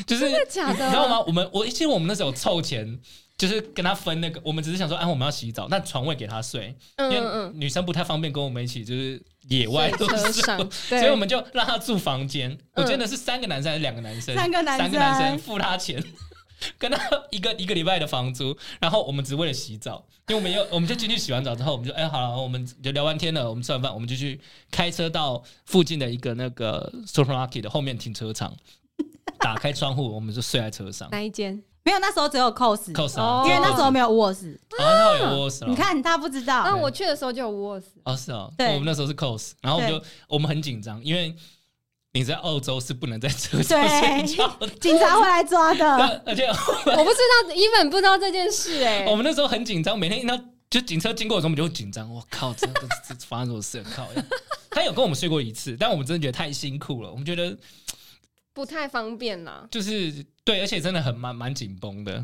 S3: 就是
S2: 真的假的？
S3: 你知道吗？我们我其实我们那时候有凑钱，就是跟他分那个，我们只是想说，哎、我们要洗澡，那床位给他睡，因
S2: 嗯
S3: 为
S2: 嗯
S3: 女生不太方便跟我们一起就是野
S2: 嗯，
S3: 外
S2: 在
S3: 都
S2: 车
S3: 是。
S2: 上，
S3: 所以我
S2: 对，
S3: 们就让他住房间，我记得是三个男生还是两个男生？
S1: 嗯三个男生
S3: 三个男生付他钱， <laughs> 跟他一个一个礼拜的房租，然后我们只为了洗澡，因为我们又我们就进去洗完澡之后，我们就哎、好了，我们就聊完天了，我们吃完饭，我们就去开车到附近的一个那个 supermarket 的后面停车
S1: <laughs>
S3: 场，打开窗户，我们就睡在车上，啊
S2: 哪一间？
S1: 没有，那时候只有 cos，
S3: 扣啥、
S2: 哦
S1: 因为那时候没有 was。
S3: 然后有啊 w o s
S1: 你看他不知道，
S2: 啊，我去的时候就有 w o s
S3: 哦，是哦，
S1: 对
S3: 我们那时候是 cos，然后我们就我们很紧张，因为你在澳洲是不能在车上睡
S1: 对
S3: 觉的。
S1: 警察会来抓的。
S3: 而且
S2: 我不知道，even 不知道这件事哎、
S3: <laughs> 我们那时候很紧张，每天那就警车经过的时候，我们就会紧张。我靠，这这这这发生什么事了？啊靠！他有跟我们睡过一次，但我们真的觉得太辛苦了。我们觉得
S2: 不太方便啦。
S3: 就是对，而且真的很蛮蛮紧绷的。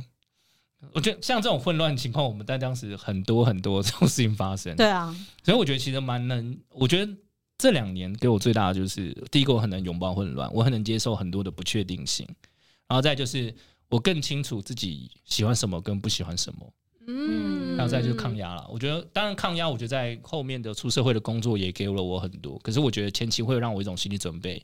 S3: 我觉得像这种混乱情况，我们在当时很多很多这种事情发生。
S1: 对啊，
S3: 所以我觉得其实蛮能，我觉得这两年给我最大的就是，第一个我很能拥抱混乱，我很能接受很多的不确定性，然后再就是我更清楚自己喜欢什么跟不喜欢什么，
S1: 嗯
S3: 还有再就是抗压了。我觉得，当然抗压，我觉得在后面的出社会的工作也给了我很多。可是我觉得前期会让我一种心理准备，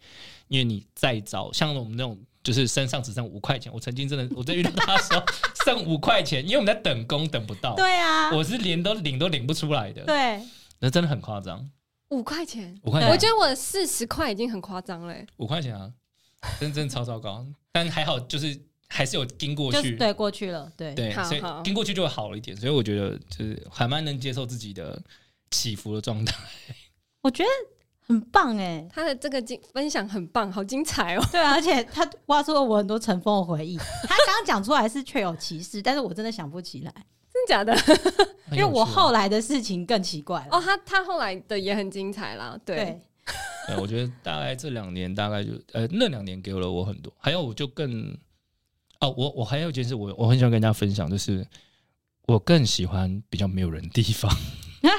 S3: 因为你再早像我们那种。就是身上只剩五块钱，我曾经真的我在遇到他
S1: <laughs>
S3: 的时候剩五块钱，因为我们在等工等不到，
S1: 对啊，
S3: 我是连都领都领不出来的，
S1: 对，
S3: 那真的很夸张。
S2: 五块钱，
S3: 五块
S2: 我
S3: 钱，啊
S2: 觉得我四十块已经很夸张了欸。
S3: 五块钱啊，真真的超糟糕。但还好，就是还是有盯过
S1: 就是
S3: 去，
S1: 对过去了，对，
S3: 对，
S2: 好
S3: 所以
S2: 好
S3: 盯过去就会好一点。所以我觉得就是还蛮能接受自己的起伏的状态。
S1: 我觉得很棒哎，
S2: 他的这个经分享很棒，好精彩哦！
S1: 对啊，而且他挖出了我很多尘封的回忆。他刚刚讲出来是确有其事，但是我真的想不起来，
S2: 真假的？
S1: 因
S3: 很
S1: 为
S3: 有
S1: 我
S3: 趣啊
S1: 后来的事情更奇怪了。
S2: 哦，他他后来的也很精彩啦。对，
S1: 对， <laughs>
S3: 对，我觉得大概这两年，大概就呃那两年给了我很多，还有我就更哦，我我还有一件事，我我很喜欢跟大家分享，就是我更喜欢比较没有人的地方。 <laughs>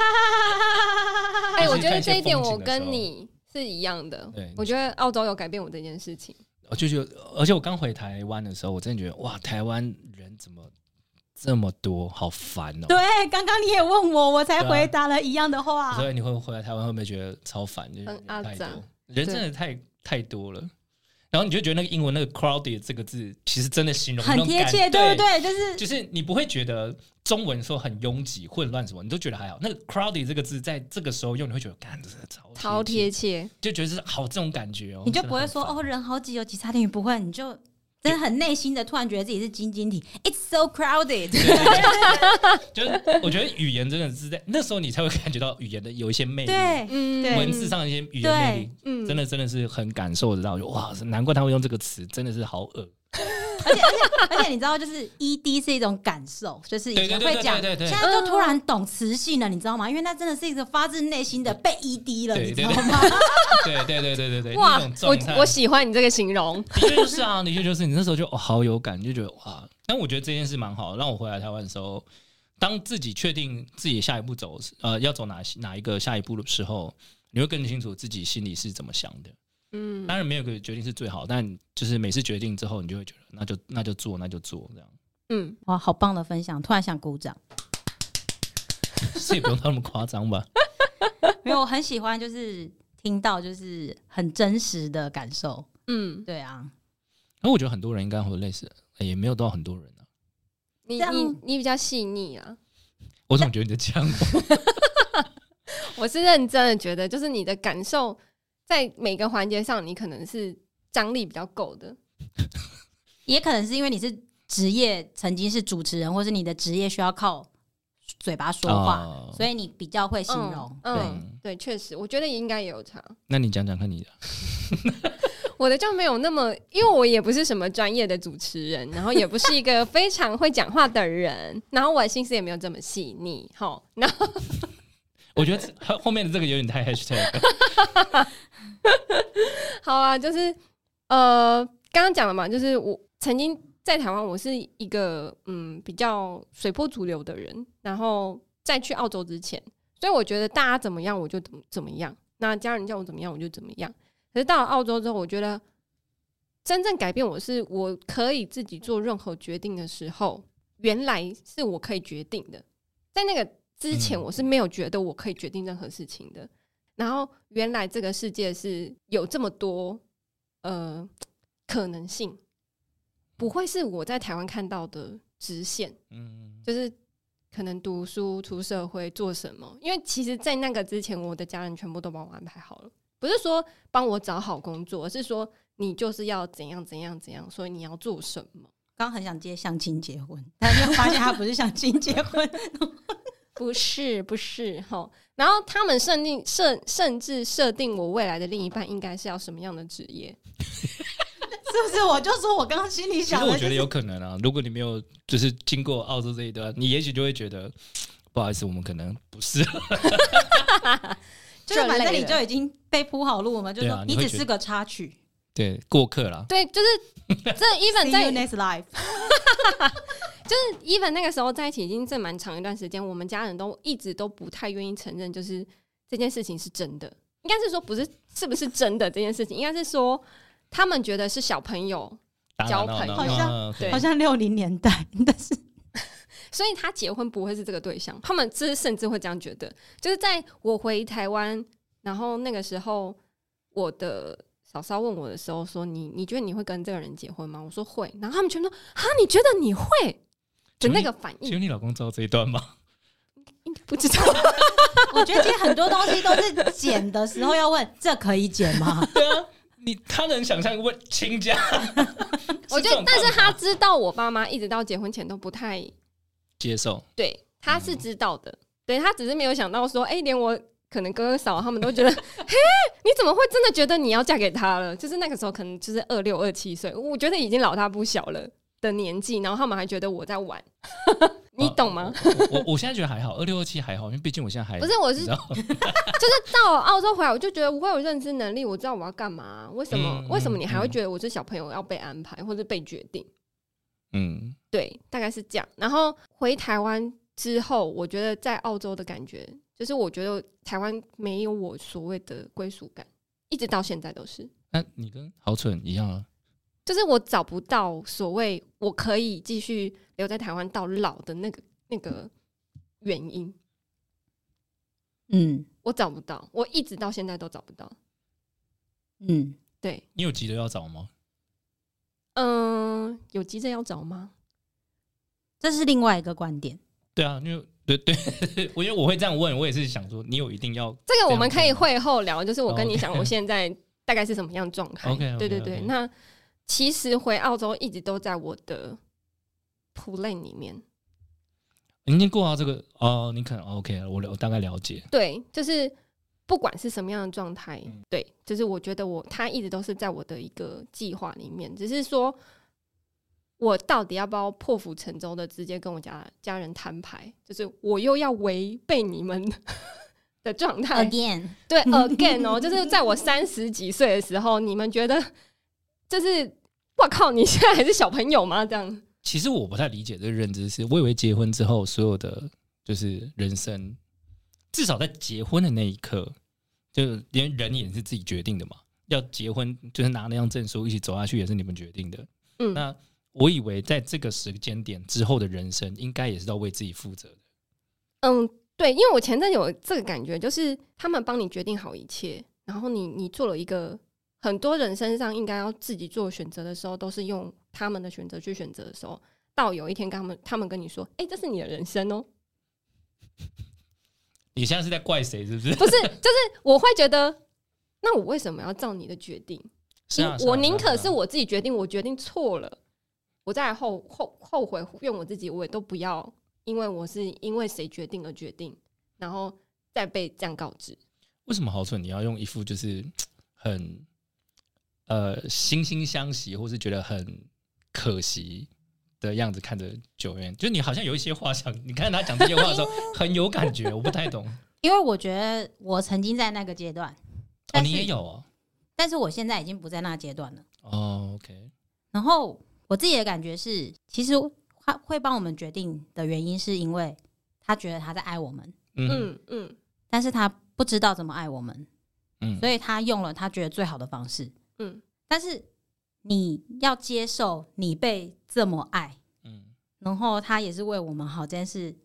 S2: 哎、
S3: 就
S2: 我
S3: 是
S2: 觉
S3: 看
S2: 得
S3: 一些
S2: 这一点
S3: 风景
S2: 我
S3: 的时
S2: 跟
S3: 候
S2: 你是一样的
S3: 对。
S2: 我觉得澳洲有改变我这件事情。
S3: 我就觉得，而且我刚回台湾的时候，我真的觉得哇，台湾人怎么这么多，好烦哦、
S1: 对，啊刚刚你也问我，我才
S3: 对啊
S1: 回答了一样的话。
S3: 所以你会回来台湾会不会觉得超烦？就是
S2: 很
S3: 人
S2: 阿
S3: 太
S2: 杂
S3: 多，人真的太太多了。然后你就觉得那个英文那个 crowded 这个字，其实真的形容那
S1: 很
S3: 种
S1: 贴
S3: 感
S1: 切，对不对？就是
S3: 就是你不会觉得中文说很拥挤、混乱什么，你都觉得还好。那个 crowded 这个字在这个时候用，你会觉得，干，真的超
S2: 超贴
S3: 贴切，
S2: 切，
S3: 就觉得是好这种感觉哦。
S1: 你就
S3: 真的
S1: 不会
S3: 很
S1: 说
S3: 烦
S1: 哦，，人好挤，有挤差点雨，不会，你就真的很内心的突然觉得自己是晶晶体，It's so crowded。
S3: 对对对 <laughs> 就是我觉得语言真的是在那时候你才会感觉到语言的有一些魅力，
S1: 对，
S2: 嗯
S1: 对
S3: 文字，上的一些语言魅力，
S2: 嗯
S3: 真的真的是很感受得到。哇，难怪他会用这个词，真的是好
S1: <laughs>
S3: 恶。
S1: 而且你知道，就是 ED 是一种感受，就是以
S3: 对对
S1: 前
S3: 对
S1: 会
S3: 对
S1: 讲，
S3: 对对对
S1: 现在就突然懂词性了，你知道吗？因为那真的是一个发自内心的被 ED 了，
S3: 对
S1: 你知
S3: 对
S1: 道
S3: 对
S1: 吗？
S3: 对对对对对对，
S2: 哇
S3: 那种，状态
S2: 我我喜欢你这个形
S3: <laughs>
S2: 容，
S3: 的确就是啊，的确就是你那时候就、哦、好有感，就觉得哇。但我觉得这件事蛮好，让我回来台湾的时候，当自己确定自己下一步走呃要走哪哪一个下一步的时候，你会更清楚自己心里是怎么想的。
S2: 嗯
S3: 当然没有个决定是最好，但就是每次决定之后，你就会觉得那就那就做那就做
S1: <laughs>
S3: 这样，
S2: 嗯，
S1: <laughs> 哇，好棒的分享，突然想鼓掌。
S3: 所以不用那么夸张吧？
S1: 没有，我很喜欢，就是听到就是很真实的感受。
S2: 嗯，
S1: 对啊，
S3: 因为我觉得很 <laughs> 多人应该会有类似，呃也没有到很多人啊。
S2: 你
S1: 这样
S2: 你你比较细腻啊，
S3: 我总觉得你在讲我，
S2: 我是认真的觉得，就是你的感受在每个环节上，你可能是张力比较够的，
S1: 也可能是因为你是职业，曾经是主持人，或是你的职业需要靠嘴巴说话，
S3: 哦
S1: 所以你比较会形容。
S2: 嗯，
S3: 对
S2: 对，确实，我觉得也应该也有差。
S3: 那你讲讲
S1: <laughs>
S3: 看你的，
S2: 我的就没有那么，因为我也不是什么专业的主持人，然后也不是一个非常会讲话的人，然后我的心思也没有这么细腻，吼，然后
S3: 我觉得这后后面的这个有点太 hashtag 了。
S2: 好啊，就是呃，刚刚讲了嘛，就是我曾经在台湾，我是一个嗯比较随波逐流的人，然后在去澳洲之前，所以我觉得大家怎么样我就怎么怎么样，那家人叫我怎么样我就怎么样。可是到了澳洲之后，我觉得真正改变我是我可以自己做任何决定的时候，原来是我可以决定的，在那个之前
S3: 嗯
S2: 我是没有觉得我可以决定任何事情的。然后原来这个世界是有这么多呃可能性，不会是我在台湾看到的直线，
S3: 嗯，
S2: 就是可能读书、出社会做什么。因为其实，在那个之前，我的家人全部都帮我安排好了，不是说帮我找好工作，而是说你就是要怎样怎样怎样，所以你要做什么。
S1: 刚刚很想接相亲结婚，但是发现他不是相亲结婚， <laughs>
S2: 不是不是哈，吼然后他们设定设甚至设定我未来的另一半应该是要什么样的职业，
S1: 是不是？我就说我刚刚心里
S3: 其
S1: 想
S3: 实
S1: 的、
S3: 我
S1: 就是，
S3: 觉得有可能啊，如果你没有就是经过澳洲这一段，你也许就会觉得。不好意思，我们可能不是。 <laughs>
S1: 就是反正
S2: 这类
S1: 你
S2: 的
S1: 就已经被铺好路了嘛，就
S3: 对
S1: 说
S3: 啊
S1: 你
S3: 你会
S1: 只
S3: 觉得
S1: 是个插曲。
S3: 对过客啦。
S2: 对，就是这 even
S1: See you
S2: 在
S1: next life，
S2: even 那个时候在一起已经这蛮长一段时间，我们家人都一直都不太愿意承认，就是这件事情是真的。应该是说不是是不是真的这件事情，应该是说他们觉得是小朋友，
S3: 打打闹闹
S2: 交朋
S1: 友
S3: 嗯
S2: 对
S1: 好像六零年代，但是
S2: 所所以他结婚不会是这个对象，他们就是甚至会这样觉得，就是在我回台湾，然后那个时候我的嫂嫂问我的时候说：“你你觉得你会跟这个人结婚吗？”我说会，然后他们全都啊，你觉得你会的
S3: 请问
S2: 那
S3: 你
S2: 个反
S3: 请
S2: 应，
S3: 问你老公知道这一段
S2: <laughs>
S3: 吗？
S2: 不知道
S1: <laughs> 我觉得今天很多东西都是剪的时候要问，这可以剪 <laughs> 吗？
S3: 对啊，你他能想象问亲家？
S2: <laughs> 我觉
S3: 这
S2: 得，
S3: 种
S2: 但是
S3: 看
S2: 他
S3: 法
S2: 知道我爸妈一直到结婚前都不太
S3: 接受，
S2: 对，他是知道的，对他只是没有想到说，哎、连我可能哥哥嫂他们都觉得，嘿， <laughs> 你怎么会真的觉得你要嫁给他了？就是那个时候可能就是二六二七岁，我觉得已经老大不小了的年纪，然后他们还觉得我在
S3: <laughs>
S2: 玩，你懂吗？
S3: 我？我我我现在觉得还好，二六二七还好，因为毕竟我现在还
S2: 不是，我是
S3: 你知道
S2: 就是到澳洲回来，我就觉得我有认知能力，我知道我要干嘛。为什么？
S3: 嗯
S2: 为什么你还会
S3: 嗯
S2: 觉得我是小朋友要被安排或者被决定？
S3: <laughs> 嗯，
S2: 对，大概是这样。然后回台湾之后，我觉得在澳洲的感觉，就是我觉得台湾没有我所谓的归属感，一直到现在都是，
S3: 那你跟好蠢一样啊，
S2: 就是我找不到所谓我可以继续留在台湾到老的那个那个原因，
S1: 嗯
S2: 我找不到，我一直到现在都找不到。
S1: 嗯，
S2: 对，
S3: 你有急着要找吗？
S2: 嗯、有急着要找吗？
S1: 这是另外一个观点。
S3: 对啊，因为对对， <laughs> 我因为我会这样问，我也是想说，你有一定要
S2: 这个我们
S3: 这样
S2: 可以会后聊，就是我跟你
S3: 哦 OK
S2: 讲，我现在大概是什么样的状态。
S3: <laughs> OK，OK，OK
S2: 对对对。那其实回澳洲一直都在我的 plan 里面，
S3: 你已经过到这个哦，你可能 OK，了我了我大概了解。
S2: 对，就是不管是什么样的状态，
S3: 嗯
S2: 对，就是我觉得我他一直都是在我的一个计划里面，只是说我到底要不要破釜沉舟的直接跟我家家人摊牌，就是我又要违背你们的状
S3: 啊
S2: 态
S1: Again，
S2: <laughs> 对 again 哦，就是在我三十几岁的时候，你们觉得就是我靠，你现在还是小朋友吗？这样
S3: 其实我不太理解这个认知是，我以为结婚之后所有的就是人生，至少在结婚的那一刻，就是连人也是自己决定的嘛。要结婚就是拿那张证书一起走下去，也是你们决定的。
S2: 嗯
S3: 那我以为在这个时间点之后的人生，应该也是要为自己负责的。
S2: 嗯，对，因为我前阵有这个感觉，就是他们帮你决定好一切，然后你你做了一个很多人身上应该要自己做选择的时候，都是用他们的选择去选择的时候，到有一天跟他们他们跟你说，哎、这是你的人生哦，
S3: 你现在是在怪谁？是不是？
S2: 不
S3: <laughs>
S2: 是，就是我会觉得，那我为什么要照你的决定？
S3: 是啊，
S2: 因
S3: 是啊
S2: 我宁可
S3: 啊
S2: 是我自己决定，我决定错了，我再来后后后悔怨我自己，我也都不要，因为我是因为谁决定而决定，然后再被这样告知。
S3: 为什么好蠢？你要用一副就是嘖很呃惺惺相惜，或是觉得很可惜的样子看着九渊，就是你好像有一些话想，你看他讲这些话的时候很有感觉，我不太
S1: <laughs>
S3: 懂。
S1: 因为我觉得我曾经在那个阶段，
S3: 哦，
S1: 但
S3: 你
S1: 是
S3: 也有哦。
S1: 但是我现在已经不在那阶段了。
S3: 哦，OK，
S1: 然后我自己的感觉是，其实他会帮我们决定的原因，是因为他觉得他在爱我们，
S3: 嗯
S2: 嗯嗯
S1: 但是他不知道怎么爱我们，
S3: 嗯
S1: 所以他用了他觉得最好的方式。
S2: 嗯，
S1: 但是你要接受你被这么爱，
S3: 嗯
S1: 然后他也是为我们好这件事。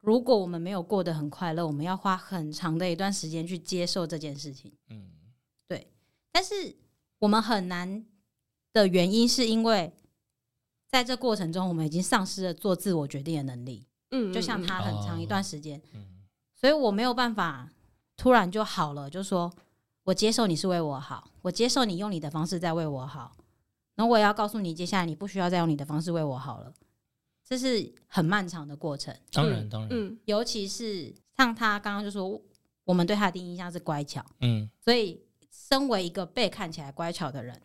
S1: 如果我们没有过得很快乐，我们要花很长的一段时间去接受这件事情。
S3: 嗯
S1: 但是我们很难的原因，是因为在这过程中，我们已经丧失了做自我决定的能力。
S2: 嗯，
S1: 就像
S2: 嗯，
S1: 他很长一段时间，
S3: 嗯
S1: 所以我没有办法突然就好了，就说我接受你是为我好，我接受你用你的方式在为我好，然后我也要告诉你，接下来你不需要再用你的方式为我好了。这是很漫长的过程，
S3: 当然当然，
S2: 嗯
S1: 尤其是像他刚刚就说，我们对他的第一印象是乖巧，
S3: 嗯
S1: 所以身为一个被看起来乖巧的人，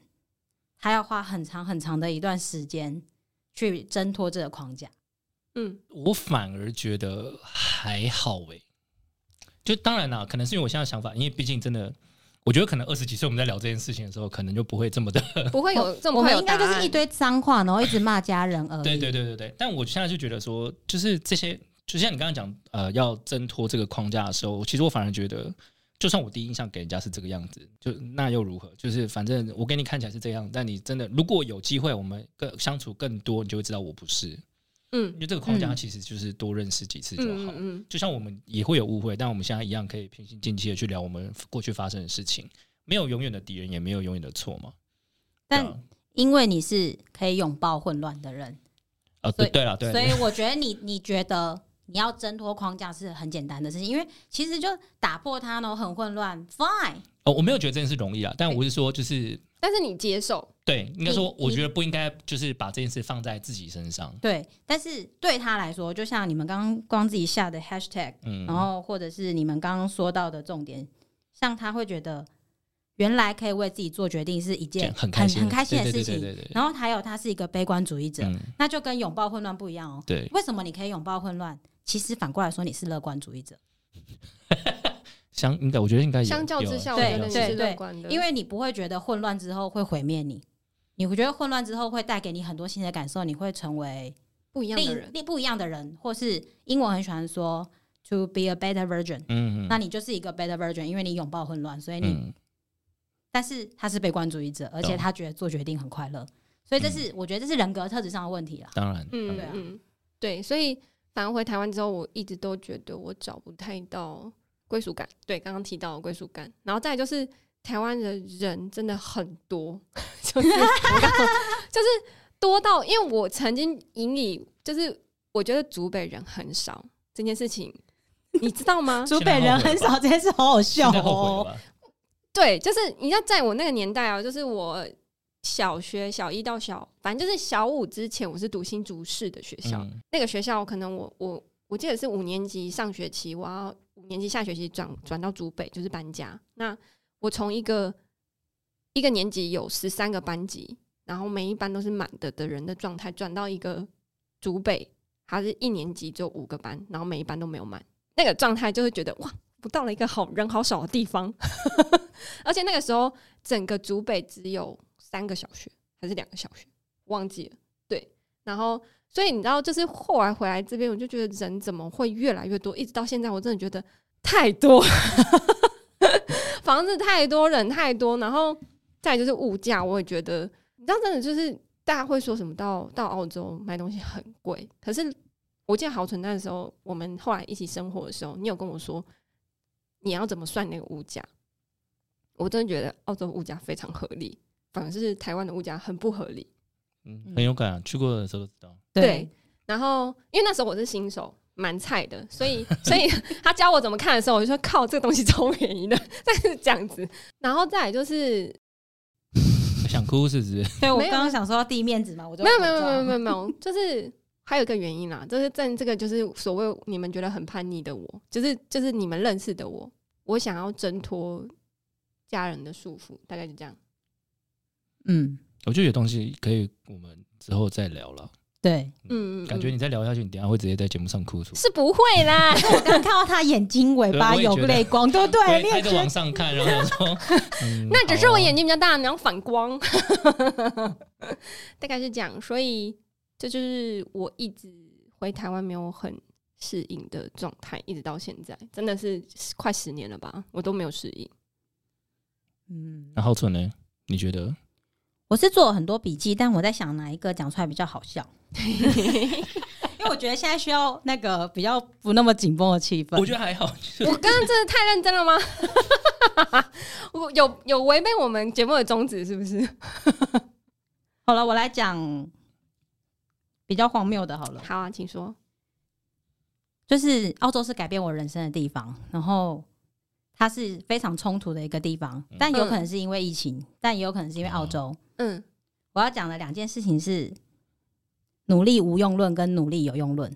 S1: 他要花很长很长的一段时间去挣脱这个框架。
S2: 嗯
S3: 我反而觉得还好诶、就当然啦，可能是因为我现在想法，因为毕竟真的，我觉得可能二十几岁我们在聊这件事情的时候，可能就不会这么的
S2: 嗯，不会有这么
S1: 我
S2: 快
S1: 们
S2: 有
S1: 应该
S2: 答
S1: 就是
S2: 案
S1: 一堆脏话，然后一直骂家人而已。
S3: 对对对对对，但我现在就觉得说，就是这些，就像你刚刚讲，呃，要挣脱这个框架的时候，其实我反而觉得，就算我第一印象给人家是这个样子，就那又如何？就是反正我给你看起来是这样，但你真的如果有机会，我们更相处更多，你就会知道我不是。
S2: 嗯
S3: 因为这个框架其实就是多认识几次就
S2: 嗯
S3: 好。
S2: 嗯嗯，
S3: 就像我们也会有误会，但我们现在一样可以平心静气的去聊我们过去发生的事情，没有永远的敌人，也没有永远的错嘛。对
S1: 但
S3: 啊
S1: 因为你是可以拥抱混乱的人，
S3: 啊，
S1: 所
S3: 对
S1: 以
S3: 对了，对，
S1: 所以我觉得你你觉得你要挣脱框架是很简单的事情，因为其实就打破它呢很混乱，fine，
S3: 哦，我没有觉得这件事容易啊，但我是说，就是
S2: 但是你接受，
S3: 对，应该
S1: 你
S3: 说，我
S1: 你
S3: 觉得不应该就是把这件事放在自己身上。
S1: 对。但是对他来说，就像你们刚刚光自己下的 hashtag，
S3: 嗯，
S1: 然后或者是你们刚刚说到的重点，像他会觉得原来可以为自己做决定是一
S3: 这
S1: 件
S3: 样很开
S1: 很
S3: 心，
S1: 很开心的
S3: 对
S1: 事
S3: 对对
S1: 情。
S3: 对对对，
S1: 然后还有他是一个悲观主义者，
S3: 嗯，
S1: 那就跟拥抱混乱不一样哦。
S3: 对，
S1: 为什么你可以拥抱混乱？其实反过来说，你是乐观主义者，
S3: 相应该我觉得应该有
S2: 相较
S3: 有啊
S2: 之下，我
S1: 对
S2: 觉得你
S1: 对
S2: 是
S1: 对
S2: 乐观的，
S1: 因为你不会觉得混乱之后会毁灭你，你会觉得混乱之后会带给你很多新的感受，你会成为
S2: 不一样的
S1: 另
S2: 人，
S1: 另不一样的人，或是英文很喜欢说 “to be a better version”，、
S3: 嗯
S1: 那
S3: 嗯
S1: 你就是一个 better version，因为你拥抱混乱，所以你
S3: 嗯，
S1: 但是他是悲观主义者，而且
S3: 懂嗯
S1: 他觉得做决定很快乐，所以这是、我觉得这是人格特质上的问题啦。
S3: 当然，
S2: 嗯
S1: 对啊
S2: 嗯，对，所以反而回台湾之后，我一直都觉得我找不太到归属感。对，刚刚提到的归属感，然后再来就是台湾的人真的很多， <laughs> 就是我刚刚就是多到，因为我曾经引以就是我觉得竹北人很少这件事情，你知道吗？ <laughs>
S1: 竹北人很少，这件事好好笑
S3: 现在后
S1: 哦
S3: 悔。了吧，
S2: 对，就是你要在我那个年代啊，就是我小学小一到小，反正就是小五之前，我是读新竹市的学校。
S3: 嗯
S2: 那个学校可能我我我记得是五年级上学期，我要五年级下学期转转到竹北，就是搬家。那我从一个一个年级有十三个班级，然后每一班都是满的的人的状态，转到一个竹北，还是一年级只有五个班，然后每一班都没有满，那个状态就会觉得哇，我到了一个好人好少的地方， <laughs> 而且那个时候整个竹北只有三个小学还是两个小学，忘记了。对，然后所以你知道，就是后来回来这边，我就觉得人怎么会越来越多，一直到现在，我真的觉得太多， <laughs> 房子太多，人太多，然后再来就是物价，我也觉得，你知道，真的就是大家会说什么到到澳洲买东西很贵，可是我记得好存在的时候，我们后来一起生活的时候，你有跟我说你要怎么算那个物价，我真的觉得澳洲物价非常合理，反而是台湾的物价很不合理。
S3: 嗯，很有感啊，去过的时候都知道，
S2: 对，然后因为那时候我是新手，蛮菜的，所以 <laughs> 所以他教我怎么看的时候，我就说靠，这个东西超便宜的， <laughs> 但是这样子，然后再来就是
S3: 想哭是不是？ <laughs>
S1: 对我
S2: 没有
S1: 刚刚想说要递面子嘛，我就
S2: 没有没
S1: 口
S2: 有没
S1: 罩
S2: 有没有没有，就是还有一个原因啦，就是正这个就是所谓你们觉得很叛逆的我，就是就是你们认识的我，我想要挣脱家人的束缚，大概就这样。
S1: 嗯，
S3: 我觉得有东西可以我们之后再聊了。
S1: 对， <laughs>
S2: 嗯嗯，
S3: 感觉
S2: 嗯
S3: 你再聊下去，你等一下会直接在节目上哭出来。
S2: 是不会啦，
S1: 我刚看到他眼睛尾巴
S3: 对我也
S1: 有
S3: 觉得
S1: 泪光，对不
S3: 我
S1: 对？
S3: 也
S1: 你
S3: 开
S1: 也
S3: 着
S1: 觉
S3: 往
S1: 得
S3: 上看，然后想
S2: <laughs>
S3: 说，嗯
S2: 那只是我眼
S1: 哦
S3: 好
S2: 睛比较大，然后反光， <laughs> 大概是这样。所以这就是我一直回台湾没有很适应的状态，一直到现在，真的是快十年了吧，我都没有适应。 <laughs>
S1: 嗯
S3: 啊。，然后蠢呢？你觉得？
S1: 我是做了很多笔记，但我在想哪一个讲出来比较好笑，因为我觉得现在需要那个比较不那么紧绷的气氛。
S3: 我觉得还好，就是
S2: 我刚刚真的太认真了吗？ <laughs> 我有有违背我们节目的宗旨是不是？
S1: 好了，我来讲比较荒谬的，好了。
S2: 好啊，请说。
S1: 就是澳洲是改变我人生的地方，然后它是非常冲突的一个地方，
S3: 嗯
S1: 但有可能是因为疫情，但也有可能是因为澳洲。
S2: 嗯
S1: 我要讲的两件事情是努力无用论跟努力有用论。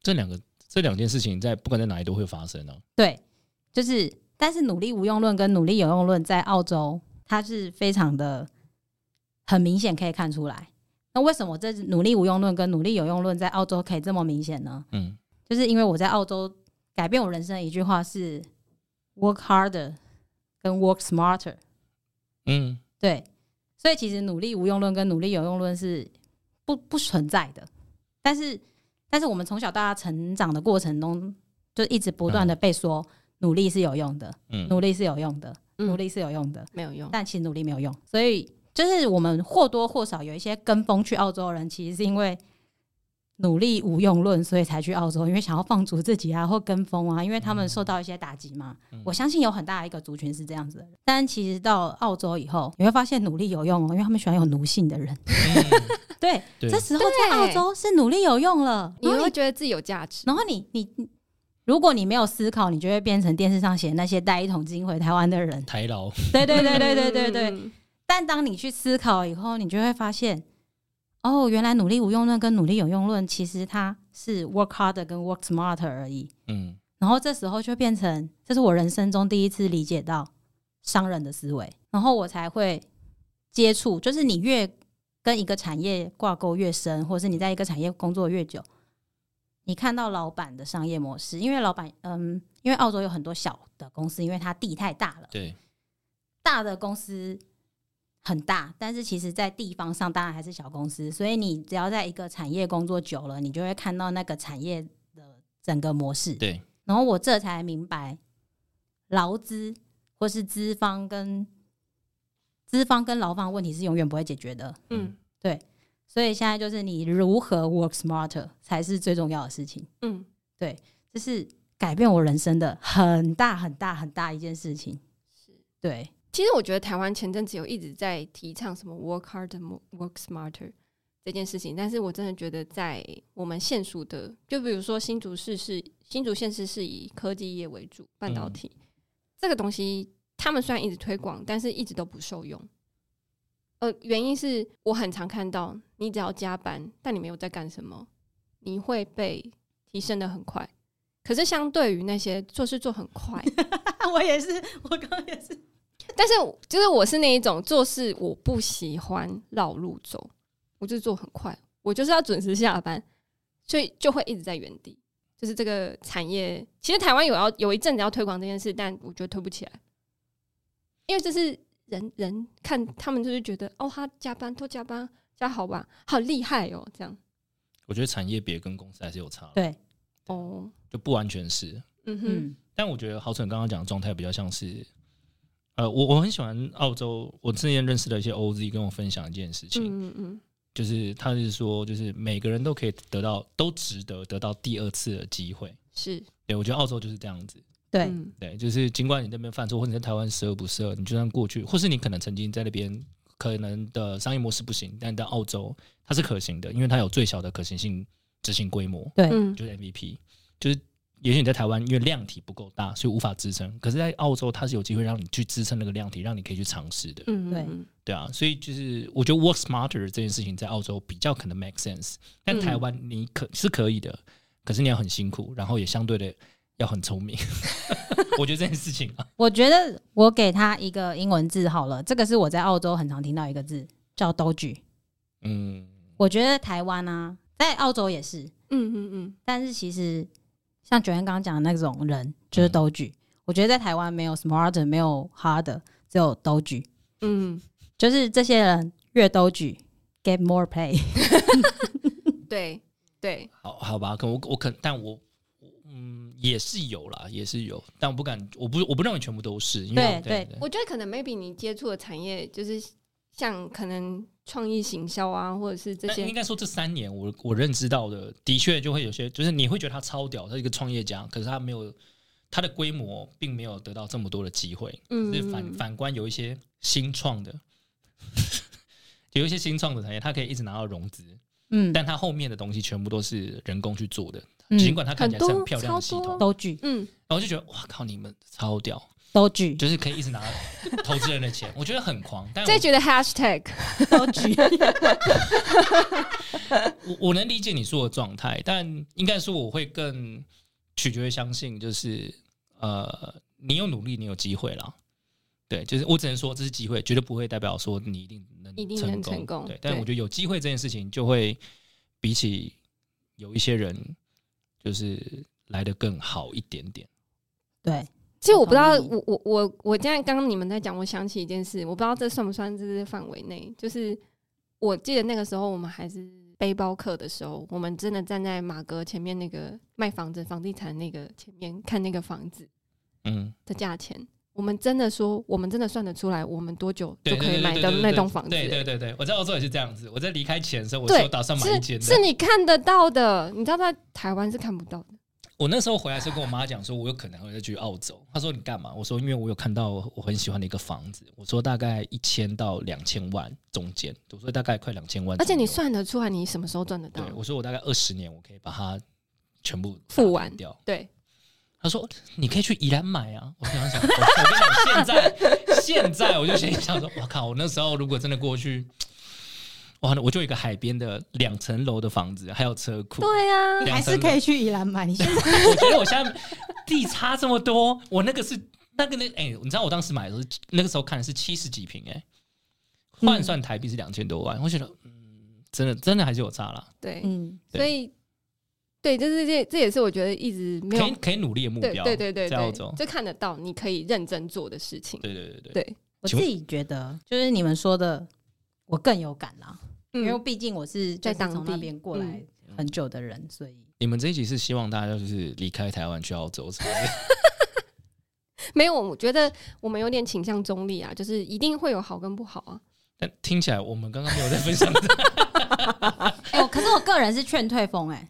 S3: 这两个这两件事情在不管在哪里都会发生啊。
S1: 对，就是但是努力无用论跟努力有用论在澳洲它是非常的很明显可以看出来。那为什么这努力无用论跟努力有用论在澳洲可以这么明显呢？
S3: 嗯，
S1: 就是因为我在澳洲改变我人生的一句话是 “work harder” 跟 “work smarter”。
S3: 嗯，
S1: 对，所以其实努力无用论跟努力有用论是不不存在的，但是但是我们从小到大成长的过程中，就一直不断的被说、努力是有用的，
S3: 嗯
S1: 努力是有用的，
S2: 嗯
S1: 努力是有用的，
S2: 没有用。
S1: 但其实努力没有用，所以就是我们或多或少有一些跟风去澳洲的人，其实是因为。努力无用论，所以才去澳洲，因为想要放逐自己啊，或跟风啊，因为
S3: 嗯
S1: 他们受到一些打击嘛。我相信有很大一个族群是这样子的人，但其实到澳洲以后，你会发现努力有用哦，因为他们喜欢有奴性的人。 <laughs> 对，
S3: 对
S1: 这时候在澳洲是努力有用了，
S2: 你
S1: 然后
S2: 会
S1: 你，
S2: 觉得自己有价值。
S1: 然后你，你，你如果你没有思考，你就会变成电视上写那些带一桶金回台湾的人。
S3: <laughs> 台劳，
S1: 对对对对对对对。
S2: 嗯，
S1: 但当你去思考以后，你就会发现，哦，原来努力无用论跟努力有用论其实它是 work harder 跟 work smarter 而已。
S3: 嗯，
S1: 然后这时候就变成，这是我人生中第一次理解到商人的思维，然后我才会接触，就是你越跟一个产业挂钩越深，或是你在一个产业工作越久，你看到老板的商业模式，因为老板，嗯，因为澳洲有很多小的公司，因为它地太大了。
S3: 对，
S1: 大的公司很大，但是其实在地方上当然还是小公司，所以你只要在一个产业工作久了，你就会看到那个产业的整个模式。
S3: 对，
S1: 然后我这才明白，劳资或是资方跟资方跟劳方问题是永远不会解决的。
S2: 嗯
S1: 所以现在就是你如何 work smarter 才是最重要的事情，
S2: 嗯，
S1: 这是改变我人生的很大很大很大一件事情。
S2: 是。
S1: 对， <laughs>
S2: 其实我觉得台湾前阵子有一直在提倡什么 work hard and work smarter 这件事情，但是我真的觉得在我们现属的，就比如说新竹市是新竹县市是以科技业为主，半导体、这个东西，他们虽然一直推广，但是一直都不受用。呃，原因是我很常看到，你只要加班，但你没有在干什么，你会被提升的很快。可是相对于那些做事做很快，
S1: 我也是，我刚刚也是。
S2: 但是就是我是那一种做事我不喜欢绕路走，我就是做很快，我就是要准时下班，所以就会一直在原地。就是这个产业，其实台湾有要有一阵子要推广这件事，但我觉得推不起来，因为这是人人看他们就是觉得哦，他加班都加班加好吧，好厉害哦，这样
S3: 我觉得产业别跟公司还是有差，
S1: 对，
S2: 哦，
S3: 就不完全是，
S2: 嗯哼，
S1: 嗯
S3: 但我觉得郝蠢刚刚讲的状态比较像是，呃，我我很喜欢澳洲，我之前认识的一些 OZ 跟我分享一件事情，
S2: 嗯嗯嗯，
S3: 就是他是说，就是每个人都可以得到，都值得得到第二次的机会。
S2: 是
S3: 对我觉得澳洲就是这样子，
S1: 对。
S2: 嗯
S3: 对，就是尽管你那边犯错，或者你在台湾十恶不赦，你就算过去，或是你可能曾经在那边可能的商业模式不行，但在澳洲它是可行的，因为它有最小的可行性执行规模。
S1: 对，
S2: 嗯
S3: 就是 MVP，就是也许你在台湾因为量体不够大，所以无法支撑。可是，在澳洲它是有机会让你去支撑那个量体，让你可以去尝试的，
S2: 嗯，
S1: 对
S2: 嗯
S3: 对啊。所以就是我觉得 work smarter 这件事情在澳洲比较可能 make sense，但
S2: 嗯
S3: 台湾你可是可以的，可是你要很辛苦，然后也相对的要很聪明。 <laughs> 我觉得这件事情啊，
S1: 我觉得我给他一个英文字好了，这个是我在澳洲很常听到一个字叫 doji。
S3: 嗯，
S1: 我觉得台湾啊，在澳洲也是，
S2: 嗯嗯嗯，
S1: 但是其实像九恩刚刚讲的那种人
S3: 嗯
S1: 就是 doji、我觉得在台湾没有 smarter，没有 harder，只有 doji，
S2: 嗯，
S1: 就是这些人越 doji get more play。
S2: 对对，
S3: 好好吧，可我我可但我。嗯，也是有啦，也是有，但我不敢，我不我不认为全部都是，因为
S1: 对对
S2: 我觉得可能 maybe 你接触的产业就是像可能创意行销啊，或者是这
S3: 但
S2: 些
S3: 应，该说这三年我我认知到的，的确就会有些，就是你会觉得他超屌，他是一个创业家，可是他没有他的规模，并没有得到这么多的机会。
S2: 嗯
S3: 是反反观有一些新创的， <laughs> 有一些新创的产业，它可以一直拿到融资，
S1: 嗯，
S3: 但它后面的东西全部都是人工去做的，
S1: 嗯
S3: 尽管它看起来是
S2: 很
S3: 很
S2: 多
S3: 漂亮的系
S2: 超
S3: 统，
S2: 多
S3: 然
S1: doji
S2: 嗯，
S3: 后我就觉得哇靠，你们超屌，
S1: doji
S3: 就是可以一直拿投资人的钱，我觉得很狂。但
S2: 再
S3: 我
S2: 觉得 hashtag，
S3: <laughs>
S1: doji，
S3: 我我能理解你说的状态，但应该说我会更取决于相信，就是呃，你有努力，你有机会啦。对，就是我只能说这是机会，绝对不会代表说你一定能
S2: 一定能成功
S3: 对
S2: 对，
S3: 但我觉得有机会这件事情，就会比起有一些人，就是来的更好一点点。
S1: 对，
S2: 其实我不知道，
S1: 同意
S2: 我我我我现在刚刚你们在讲，我想起一件事，我不知道这算不算这是范围内，就是我记得那个时候我们还是背包客的时候，我们真的站在马哥前面那个卖房子房地产那个前面看那个房子
S3: 嗯，
S2: 的价钱，我们真的说，我们真的算得出来，我们多久就
S3: 对
S2: 可
S3: 对
S2: 以
S3: 对
S2: 买
S3: 对
S2: 的
S3: 对
S2: 那
S3: 对
S2: 栋房子、
S3: 对对对对，我在欧洲也是这样子。我在离开前的时候，我
S2: 对
S3: 说打算买一间
S2: 是
S3: 的。
S2: 是你看得到的，你知道在台湾是看不到的。
S3: 我那时候回来的时候跟我妈讲说，我有可能会再去澳洲。她说你干嘛？我说因为我有看到我很喜欢的一个房子，我说大概一千到两千万中间，我说大概快两千万左
S2: 而
S3: 右。
S2: 且你算得出来你什么时候赚得到
S3: 哦对，？我说我大概二十年我可以把它全部
S2: 付完
S3: 掉。
S2: 对，
S3: 她说你可以去宜兰买啊。我想想，我我跟你讲，现在现在我就心里想说，我靠，我那时候如果真的过去，哇，我就有一个海边的两层楼的房子，还有车库。
S2: 对啊呀、
S1: 你还是可以去宜兰买。你现在
S3: 我觉得我现在地差这么多，我那个是那个那哎、你知道我当时买的时候，那个时候看的是七十几平哎、
S2: 嗯
S3: 换算台币是两千多万，我觉得嗯，真的真的还是有差啦，
S2: 对，
S1: 嗯，
S3: 对
S2: 所以对，这是这这也是我觉得一直没
S3: 可以
S2: 有
S3: 可以努力的目
S2: 对
S3: 标，
S2: 对对对
S3: 在澳
S2: 对
S3: 洲，
S2: 就看得到你可以认真做的事情。
S3: 哦对对对对。
S2: 对，
S1: 我
S3: 请
S1: 自
S3: 问
S1: 己觉得就是你们说的，我更有感啦，因为毕竟我是
S2: 在
S1: 就是从
S2: 当地
S1: 那边过来很久的人，所 <laughs> 以
S3: 你们这一集是希望大家就是离开台湾去澳洲之类的， <laughs>
S2: 没有，我觉得我们有点倾向中立啊，就是一定会有好跟不好啊。
S3: 但听起来我们刚刚没有在分享
S2: <laughs>
S1: 哎、我可是我个人是劝退风哎、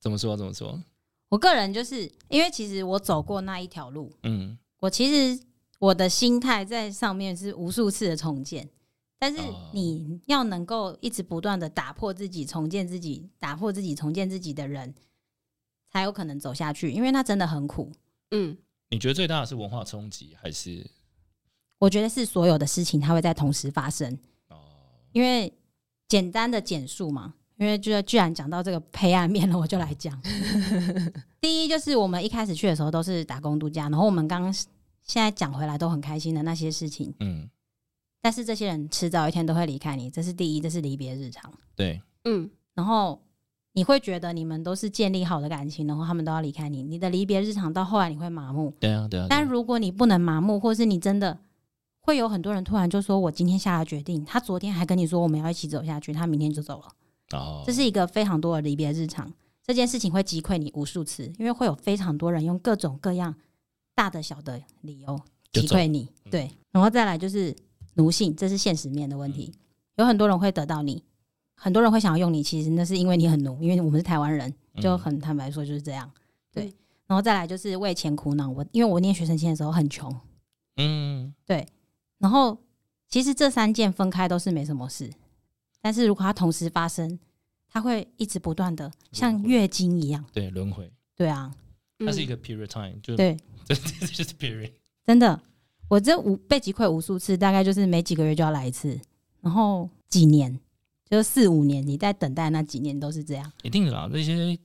S3: 怎么说怎么说，
S1: 我个人就是因为其实我走过那一条路，
S3: 嗯，
S1: 我其实我的心态在上面是无数次的重建，但是
S3: 哦
S1: 你要能够一直不断的打破自己、重建自己、打破自己、重建自己的人，才有可能走下去，因为那真的很苦。
S2: 嗯，
S3: 你觉得最大的是文化冲击还是
S1: 我觉得是所有的事情它会在同时发生，
S3: 哦？
S1: 因为简单的简述嘛，因为就是居然讲到这个黑暗面了，我就来讲。 <laughs> 第一就是我们一开始去的时候都是打工度假，然后我们刚刚现在讲回来都很开心的那些事情，
S3: 嗯，
S1: 但是这些人迟早一天都会离开你，这是第一，这是离别日常。
S3: 对，
S2: 嗯，
S1: 然后你会觉得你们都是建立好的感情，然后他们都要离开你，你的离别日常到后来你会麻木。
S3: 对啊，对啊，对
S1: 但
S3: 啊
S1: 如果你不能麻木，或是你真的会有很多人突然就说：“我今天下了决定。”他昨天还跟你说我们要一起走下去，他明天就走了。
S3: 哦，
S1: 这是一个非常多的离别日常，这件事情会击溃你无数次，因为会有非常多人用各种各样大的小的理由
S3: 就嗯
S1: 击溃你。对，然后再来就是奴性，这是现实面的问
S3: 嗯
S1: 题。有很多人会得到你，很多人会想要用你，其实那是因为你很奴，因为我们是台湾人，就
S3: 嗯
S1: 很坦白说就是这样。对，
S2: 嗯
S1: 然后再来就是为钱苦恼。我因为我念学生签的时候很穷，
S3: 嗯，
S1: 然后其实这三件分开都是没什么事，但是如果它同时发生，它会一直不断的像月经一样。
S3: 对，轮回，
S1: 对啊，
S2: 嗯
S3: 它是一个 period time，就 <laughs>
S1: 对，
S3: 这这就是 period。
S1: 真的，我这无被击溃无数次，大概就是每几个月就要来一次，然后几年，就是四五年，你在等待那几年都是这样。
S3: 一定的啦，那些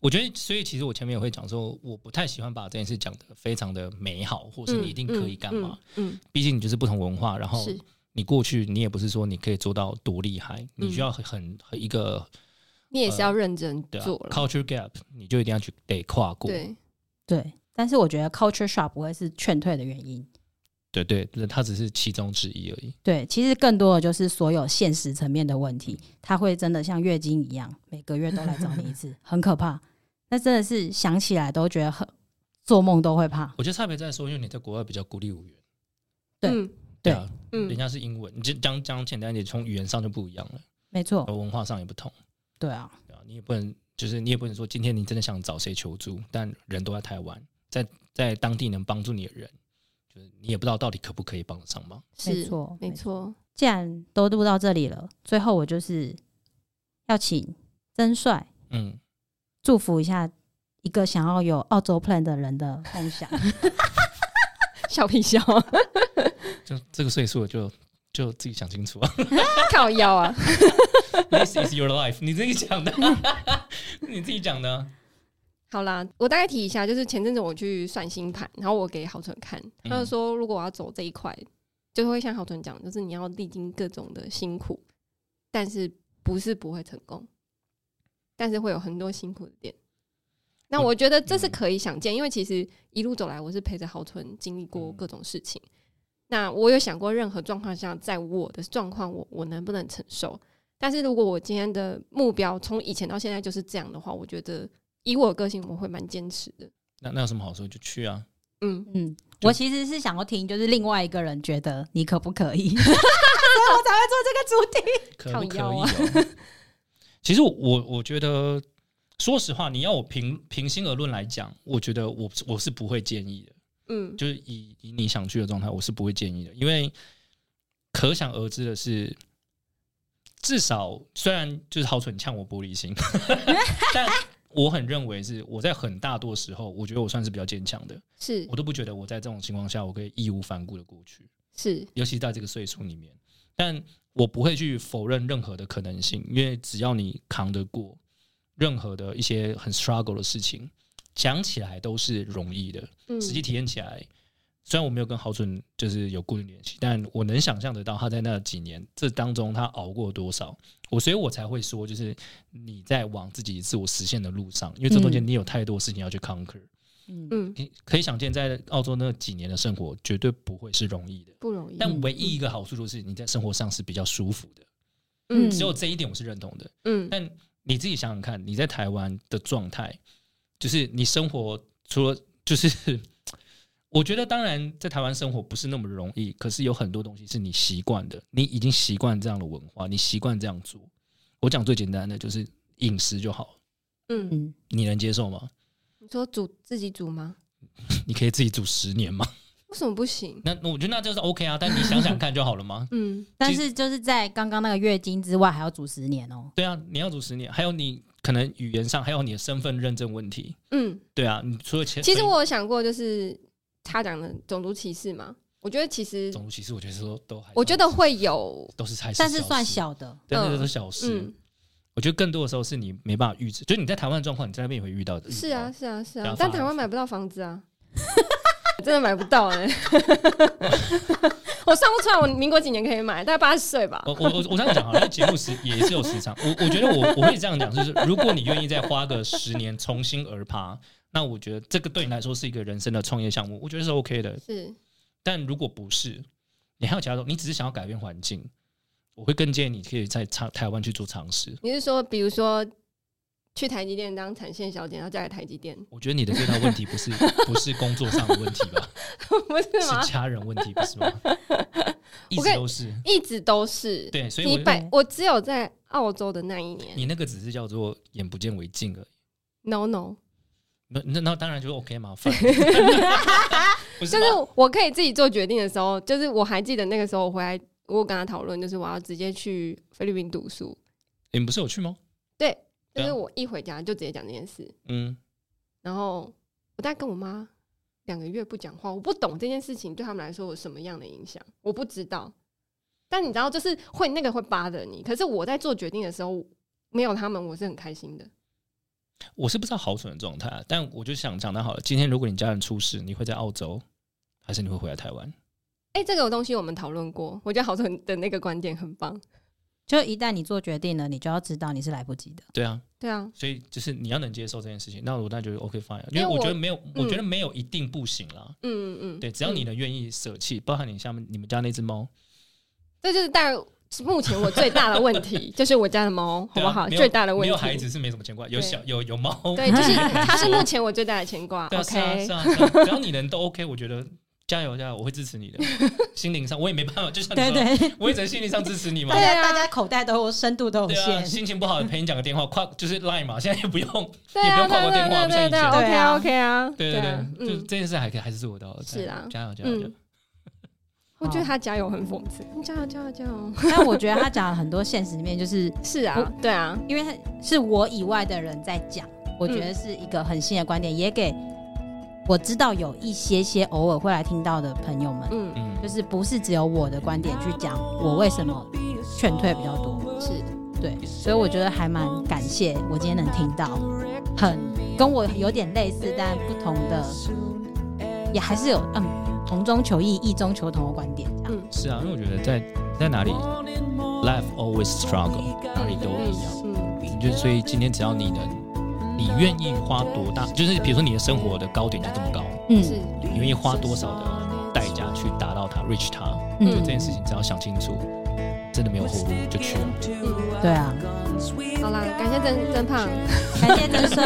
S3: 我觉得，所以其实我前面也会讲说，我不太喜欢把这件事讲的非常的美好，或是你一定可以干嘛？？
S2: 嗯，嗯
S3: 毕竟你就是不同文化，然
S2: 嗯
S3: 后
S2: 是
S3: 你过去你也不是说你可以做到多厉害，你
S2: 嗯
S3: 需要很很很一个
S2: 你也是要认真
S3: 对啊
S2: 做了。
S3: culture gap，你就一定要去得跨过。
S2: 对，
S1: 对，但是我觉得 culture shock 不会是劝退的原因。
S3: 对对对，它只是其中之一而已。
S1: 对，其实更多的就是所有现实层面的问题，它会真的像月经一样，每个月都来找你一次，很可怕。那真的是想起来都觉得很，做梦都会怕。
S3: 我觉得差别在说，因为你在国外比较孤立无援，
S1: 对
S2: 嗯
S1: 对
S3: 啊，
S2: 嗯
S3: 人家是英文，你就讲讲简单一点，从语言上就不一样了，
S1: 没错
S3: 然，后文化上也不同。
S1: 对啊，
S3: 对啊，你也不能就是你也不能说今天你真的想找谁求助，但人都在台湾，在在当地能帮助你的人，就是你也不知道到底可不可以帮得上忙。
S1: 没
S2: 是，
S1: 错，
S2: 没。错，
S1: 既然都录到这里了，最后我就是要请曾帅
S3: 嗯，
S1: 祝福一下一个想要有澳洲 plan 的人的梦想。
S2: 笑屁笑，
S3: 就这个岁数了就就自己想清楚啊。
S2: <laughs>
S3: <laughs>
S2: 靠腰啊！
S3: This is your life，你自己讲的， <laughs> 你自己讲的啊。
S2: 好啦，我大概提一下，就是前阵子我去算星盘，然后我给郝纯看，
S3: 嗯
S2: 他就说如果我要走这一块，就会像郝纯讲，就是你要历经各种的辛苦，但是不是不会成功，但是会有很多辛苦的点。那
S3: 我
S2: 我觉得这是可以想见，因为其实一路走来，我是陪着郝纯经历过
S3: 嗯
S2: 各种事情。那我有想过，任何状况下，在我的状况，我我能不能承受？但是如果我今天的目标从以前到现在就是这样的话，我觉得以我的个性，我会蛮坚持的。
S3: 那那有什么好说就去啊，
S2: 嗯，
S1: 嗯，
S3: 就
S1: 我其实是想要听，就是另外一个人觉得你可不可以， <laughs> 所以我才会做这个主题。
S3: 可
S2: 靠
S3: 不可以、
S2: 腰
S3: 哦 <laughs>
S2: 啊？
S3: 其实我我觉得，说实话，你要我平平心而论来讲，我觉得我我是不会建议的。
S2: 嗯，
S3: 就是以以你想去的状态，我是不会建议的，因为可想而知的是，至少虽然就是好蠢呛我玻璃心， <laughs> 但我很认为是我在很大多时候，我觉得我算是比较坚强的，
S2: 是
S3: 我都不觉得我在这种情况下我可以义无反顾的过去，
S2: 是，
S3: 尤其在这个岁数里面，但我不会去否认任何的可能性，因为只要你扛得过任何的一些很 struggle 的事情，讲起来都是容易的。
S2: 嗯，
S3: 实际体验起来，虽然我没有跟郝准就是有固定联系，但我能想象得到他在那几年这当中他熬过多少。我所以，我才会说，就是你在往自己自我实现的路上，因为这中间你有太多事情要去 conquer。
S1: 嗯，
S2: 嗯
S3: 可以可以想见，在澳洲那几年的生活绝对不会是容易的。
S2: 不容易，
S3: 但唯一一个好处就是你在生活上是比较舒服的，
S2: 嗯
S3: 只有这一点我是认同的。
S2: 嗯
S3: 但你自己想想看，你在台湾的状态，就是你生活除了就是， <laughs> 我觉得当然在台湾生活不是那么容易，可是有很多东西是你习惯的，你已经习惯这样的文化，你习惯这样做。我讲最简单的就是饮食就好，
S2: 嗯，
S1: 嗯，
S3: 你能接受吗？
S2: 你说煮自己煮吗？
S3: 你可以自己煮十年吗？
S2: 为什么不行？。
S3: <laughs> 那那我觉得那就是 OK 啊，但你想想看就好了嘛 <laughs>
S2: 嗯，
S1: 但是就是在刚刚那个月经之外，还要煮十年哦。
S3: 对啊，你要煮十年，还有你可能语言上，还有你的身份认证问题。
S2: 嗯，
S3: 对啊，你除了钱，
S2: 其实我有想过，就是他讲的种族歧视嘛，我觉得其实
S3: 种族歧视，我觉得都都还，
S2: 我觉得会有，
S3: 都是才，
S1: 但是算，小的，
S3: 对，那
S2: 嗯
S3: 都是小事。
S2: 嗯，
S3: 我觉得更多的时候是你没办法预知，就是你在台湾的状况，你在那边也会遇到的。
S2: 是啊，，是啊，是
S3: 对
S2: 啊
S3: 啊，
S2: 但
S3: 反而
S2: 台湾买不到房子
S3: <laughs>
S2: 啊，真的买不到哎、 <laughs> 我算不出来，我民国几年可以买，大概八十岁吧。
S3: 我我我我这样讲好了，节目时也是有时长。我我觉得我我会这样讲，就是如果你愿意再花个十年重新而爬，那我觉得这个对你来说是一个人生的创业项目，我觉得是 OK 的。
S2: 是，
S3: 但如果不是，你还有其他东，你只是想要改变环境，我会更建议你可以在台台湾去做尝试。
S2: 你是说，比如说去台积电当产线小姐，然后嫁给台积电， <laughs>
S3: 我觉得你的最大问题不是不是工作上的问题吧，
S2: 不是吗
S3: 是？家人问题，不
S2: <laughs>
S3: 是吗？一
S2: 我可
S3: 直
S2: 以
S3: 都是。
S2: 一直都是。
S3: 对，所以
S2: 你
S3: 我
S2: 百，我只有在澳洲的那一年
S3: 你那个只是叫做眼不见为净而已。
S2: ，no no，
S3: 那那那当然就是 OK 嘛，反
S2: <laughs>
S3: 不是
S2: 就
S3: 吗
S2: 是我可以自己做决定的时候，就是我还记得那个时候我回来，我有跟他讨论，就是我要直接去菲律宾读书，
S3: 你们不是有去吗？对
S2: 就
S3: 啊
S2: 是我一回家就直接讲这件事，
S3: 嗯，
S2: 然后我大概跟我妈两个月不讲话，我不懂这件事情对他们来说有什么样的影响，我不知道。但你知道，就是会那个会扒着你。可是我在做决定的时候，没有他们，我是很开心的。
S3: 我是不知道好蠢的状态啊，但我就想讲，那好了，今天如果你家人出事，你会在澳洲，还是你会回来台湾？
S2: 哎、这个东西我们讨论过，我觉得好多人的那个观点很棒。
S1: 就一旦你做决定了，你就要知道你是来不及的。
S3: 对啊，
S2: 对啊，
S3: 所以就是你要能接受这件事情，那我当然觉得 OK fine，啊因
S2: 因为
S3: 为我
S2: 我
S3: 觉得没有，我
S2: 嗯
S3: 觉得没有一定不行啦。
S2: 嗯嗯嗯，
S3: 对，只要你
S2: 嗯
S3: 能愿意舍弃，包含你下面你们家那只猫，
S2: 这就是大概目前我最大的问
S3: <laughs>
S2: 题，就是我家的猫，好
S3: 对
S2: 不
S3: 啊
S2: 好？
S3: 没有
S2: 最大的问题，
S3: 没有孩子是没什么牵挂，有
S2: 对
S3: 小有有猫，
S2: 对，
S3: <laughs>
S2: 就是它是目前我最大的牵挂。
S3: 对啊，是啊，
S2: OK，
S3: 是啊，是啊只要你能都 OK，我觉得加油加油，我会支
S2: <laughs>
S3: 持你的。心灵上我也没办法，就像你
S1: 对
S3: 说，
S1: 对，
S3: 我也只能心灵上支持你嘛
S1: 大。
S2: 对
S1: 家大
S2: 啊
S1: 家口袋都有深度都有
S3: 对啊，
S1: 限， <laughs>
S3: 心情不好陪你讲个电话，跨就是 Line 嘛，现在也不用。
S2: 对
S3: 也
S2: 啊，
S3: 不
S2: 对
S3: 用跨
S2: 啊
S3: 过电话
S2: 对啊对啊
S1: 不像以前
S2: ，OK
S1: 对
S2: 啊
S1: 啊
S2: ，OK 啊，
S3: 对对对，就
S2: 嗯，
S3: 这件事还可以还是做得到的。
S2: 是啊
S3: 加油加油加油
S2: 嗯！我觉得他加油很讽刺，你加油加油加油！
S1: 但我觉得他讲了很多现实面，就是
S2: 是啊，对啊，
S1: 因为他是我以外的人在讲，我觉得是一个很新的观点，也给我知道有一些些偶尔会来听到的朋友们，
S2: 嗯，
S3: 嗯
S1: 就，是不是只有我的观点去讲我为什么劝退比较多，
S2: 是，
S1: 对，所以我觉得还蛮感谢我今天能听到，很跟我有点类似但不同的，也还是有嗯同中求异，异中求同的观点，这样，
S3: 是啊，因为我觉得在在哪里，life always struggle，哪里都一样。
S2: 嗯
S3: 你就所以今天只要你能，你愿意花多大，就是比如说你的生活的高点就这么高，
S1: 嗯
S2: 嗯，是，
S3: 你愿意花多少的代价去达到它，reach 它。
S1: 嗯
S3: 这件事情只要想清楚，真的没有后路就去了。
S2: 嗯，
S1: 对啊，
S2: 好啦，感谢真真胖，
S1: 感 <laughs> 谢真帅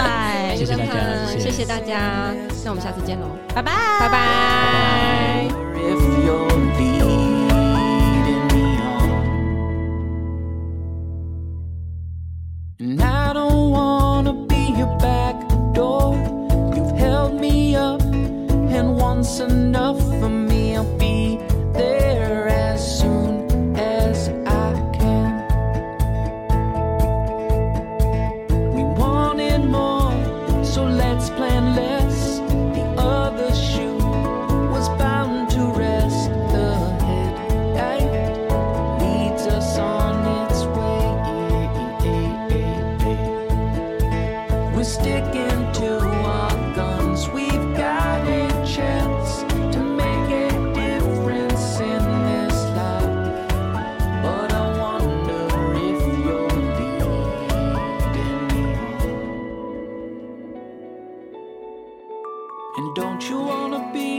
S2: 感，
S3: 谢谢大家
S2: 真胖
S3: 谢
S2: 谢
S3: 谢
S2: 谢大家，那我们下次见喽，
S1: 拜拜。
S2: 拜拜。
S4: if you're leading me on. And I don't wanna be your back door. You've held me up, and once enough for me, I'll be there as soon as I can. We wanted more, so let's plan less. The other shoe was bound to rest. The headlight leads us on its way. We're sticking to our guns. We've got a chance to make a difference in this life. But I wonder if you're leading me on. And don't you wanna be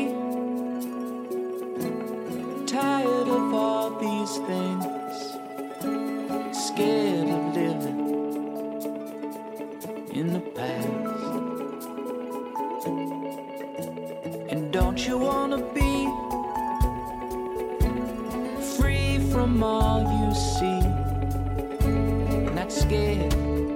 S4: tired of all these things? Scared of living in the past? And don't you wanna be free from all you see? Not scared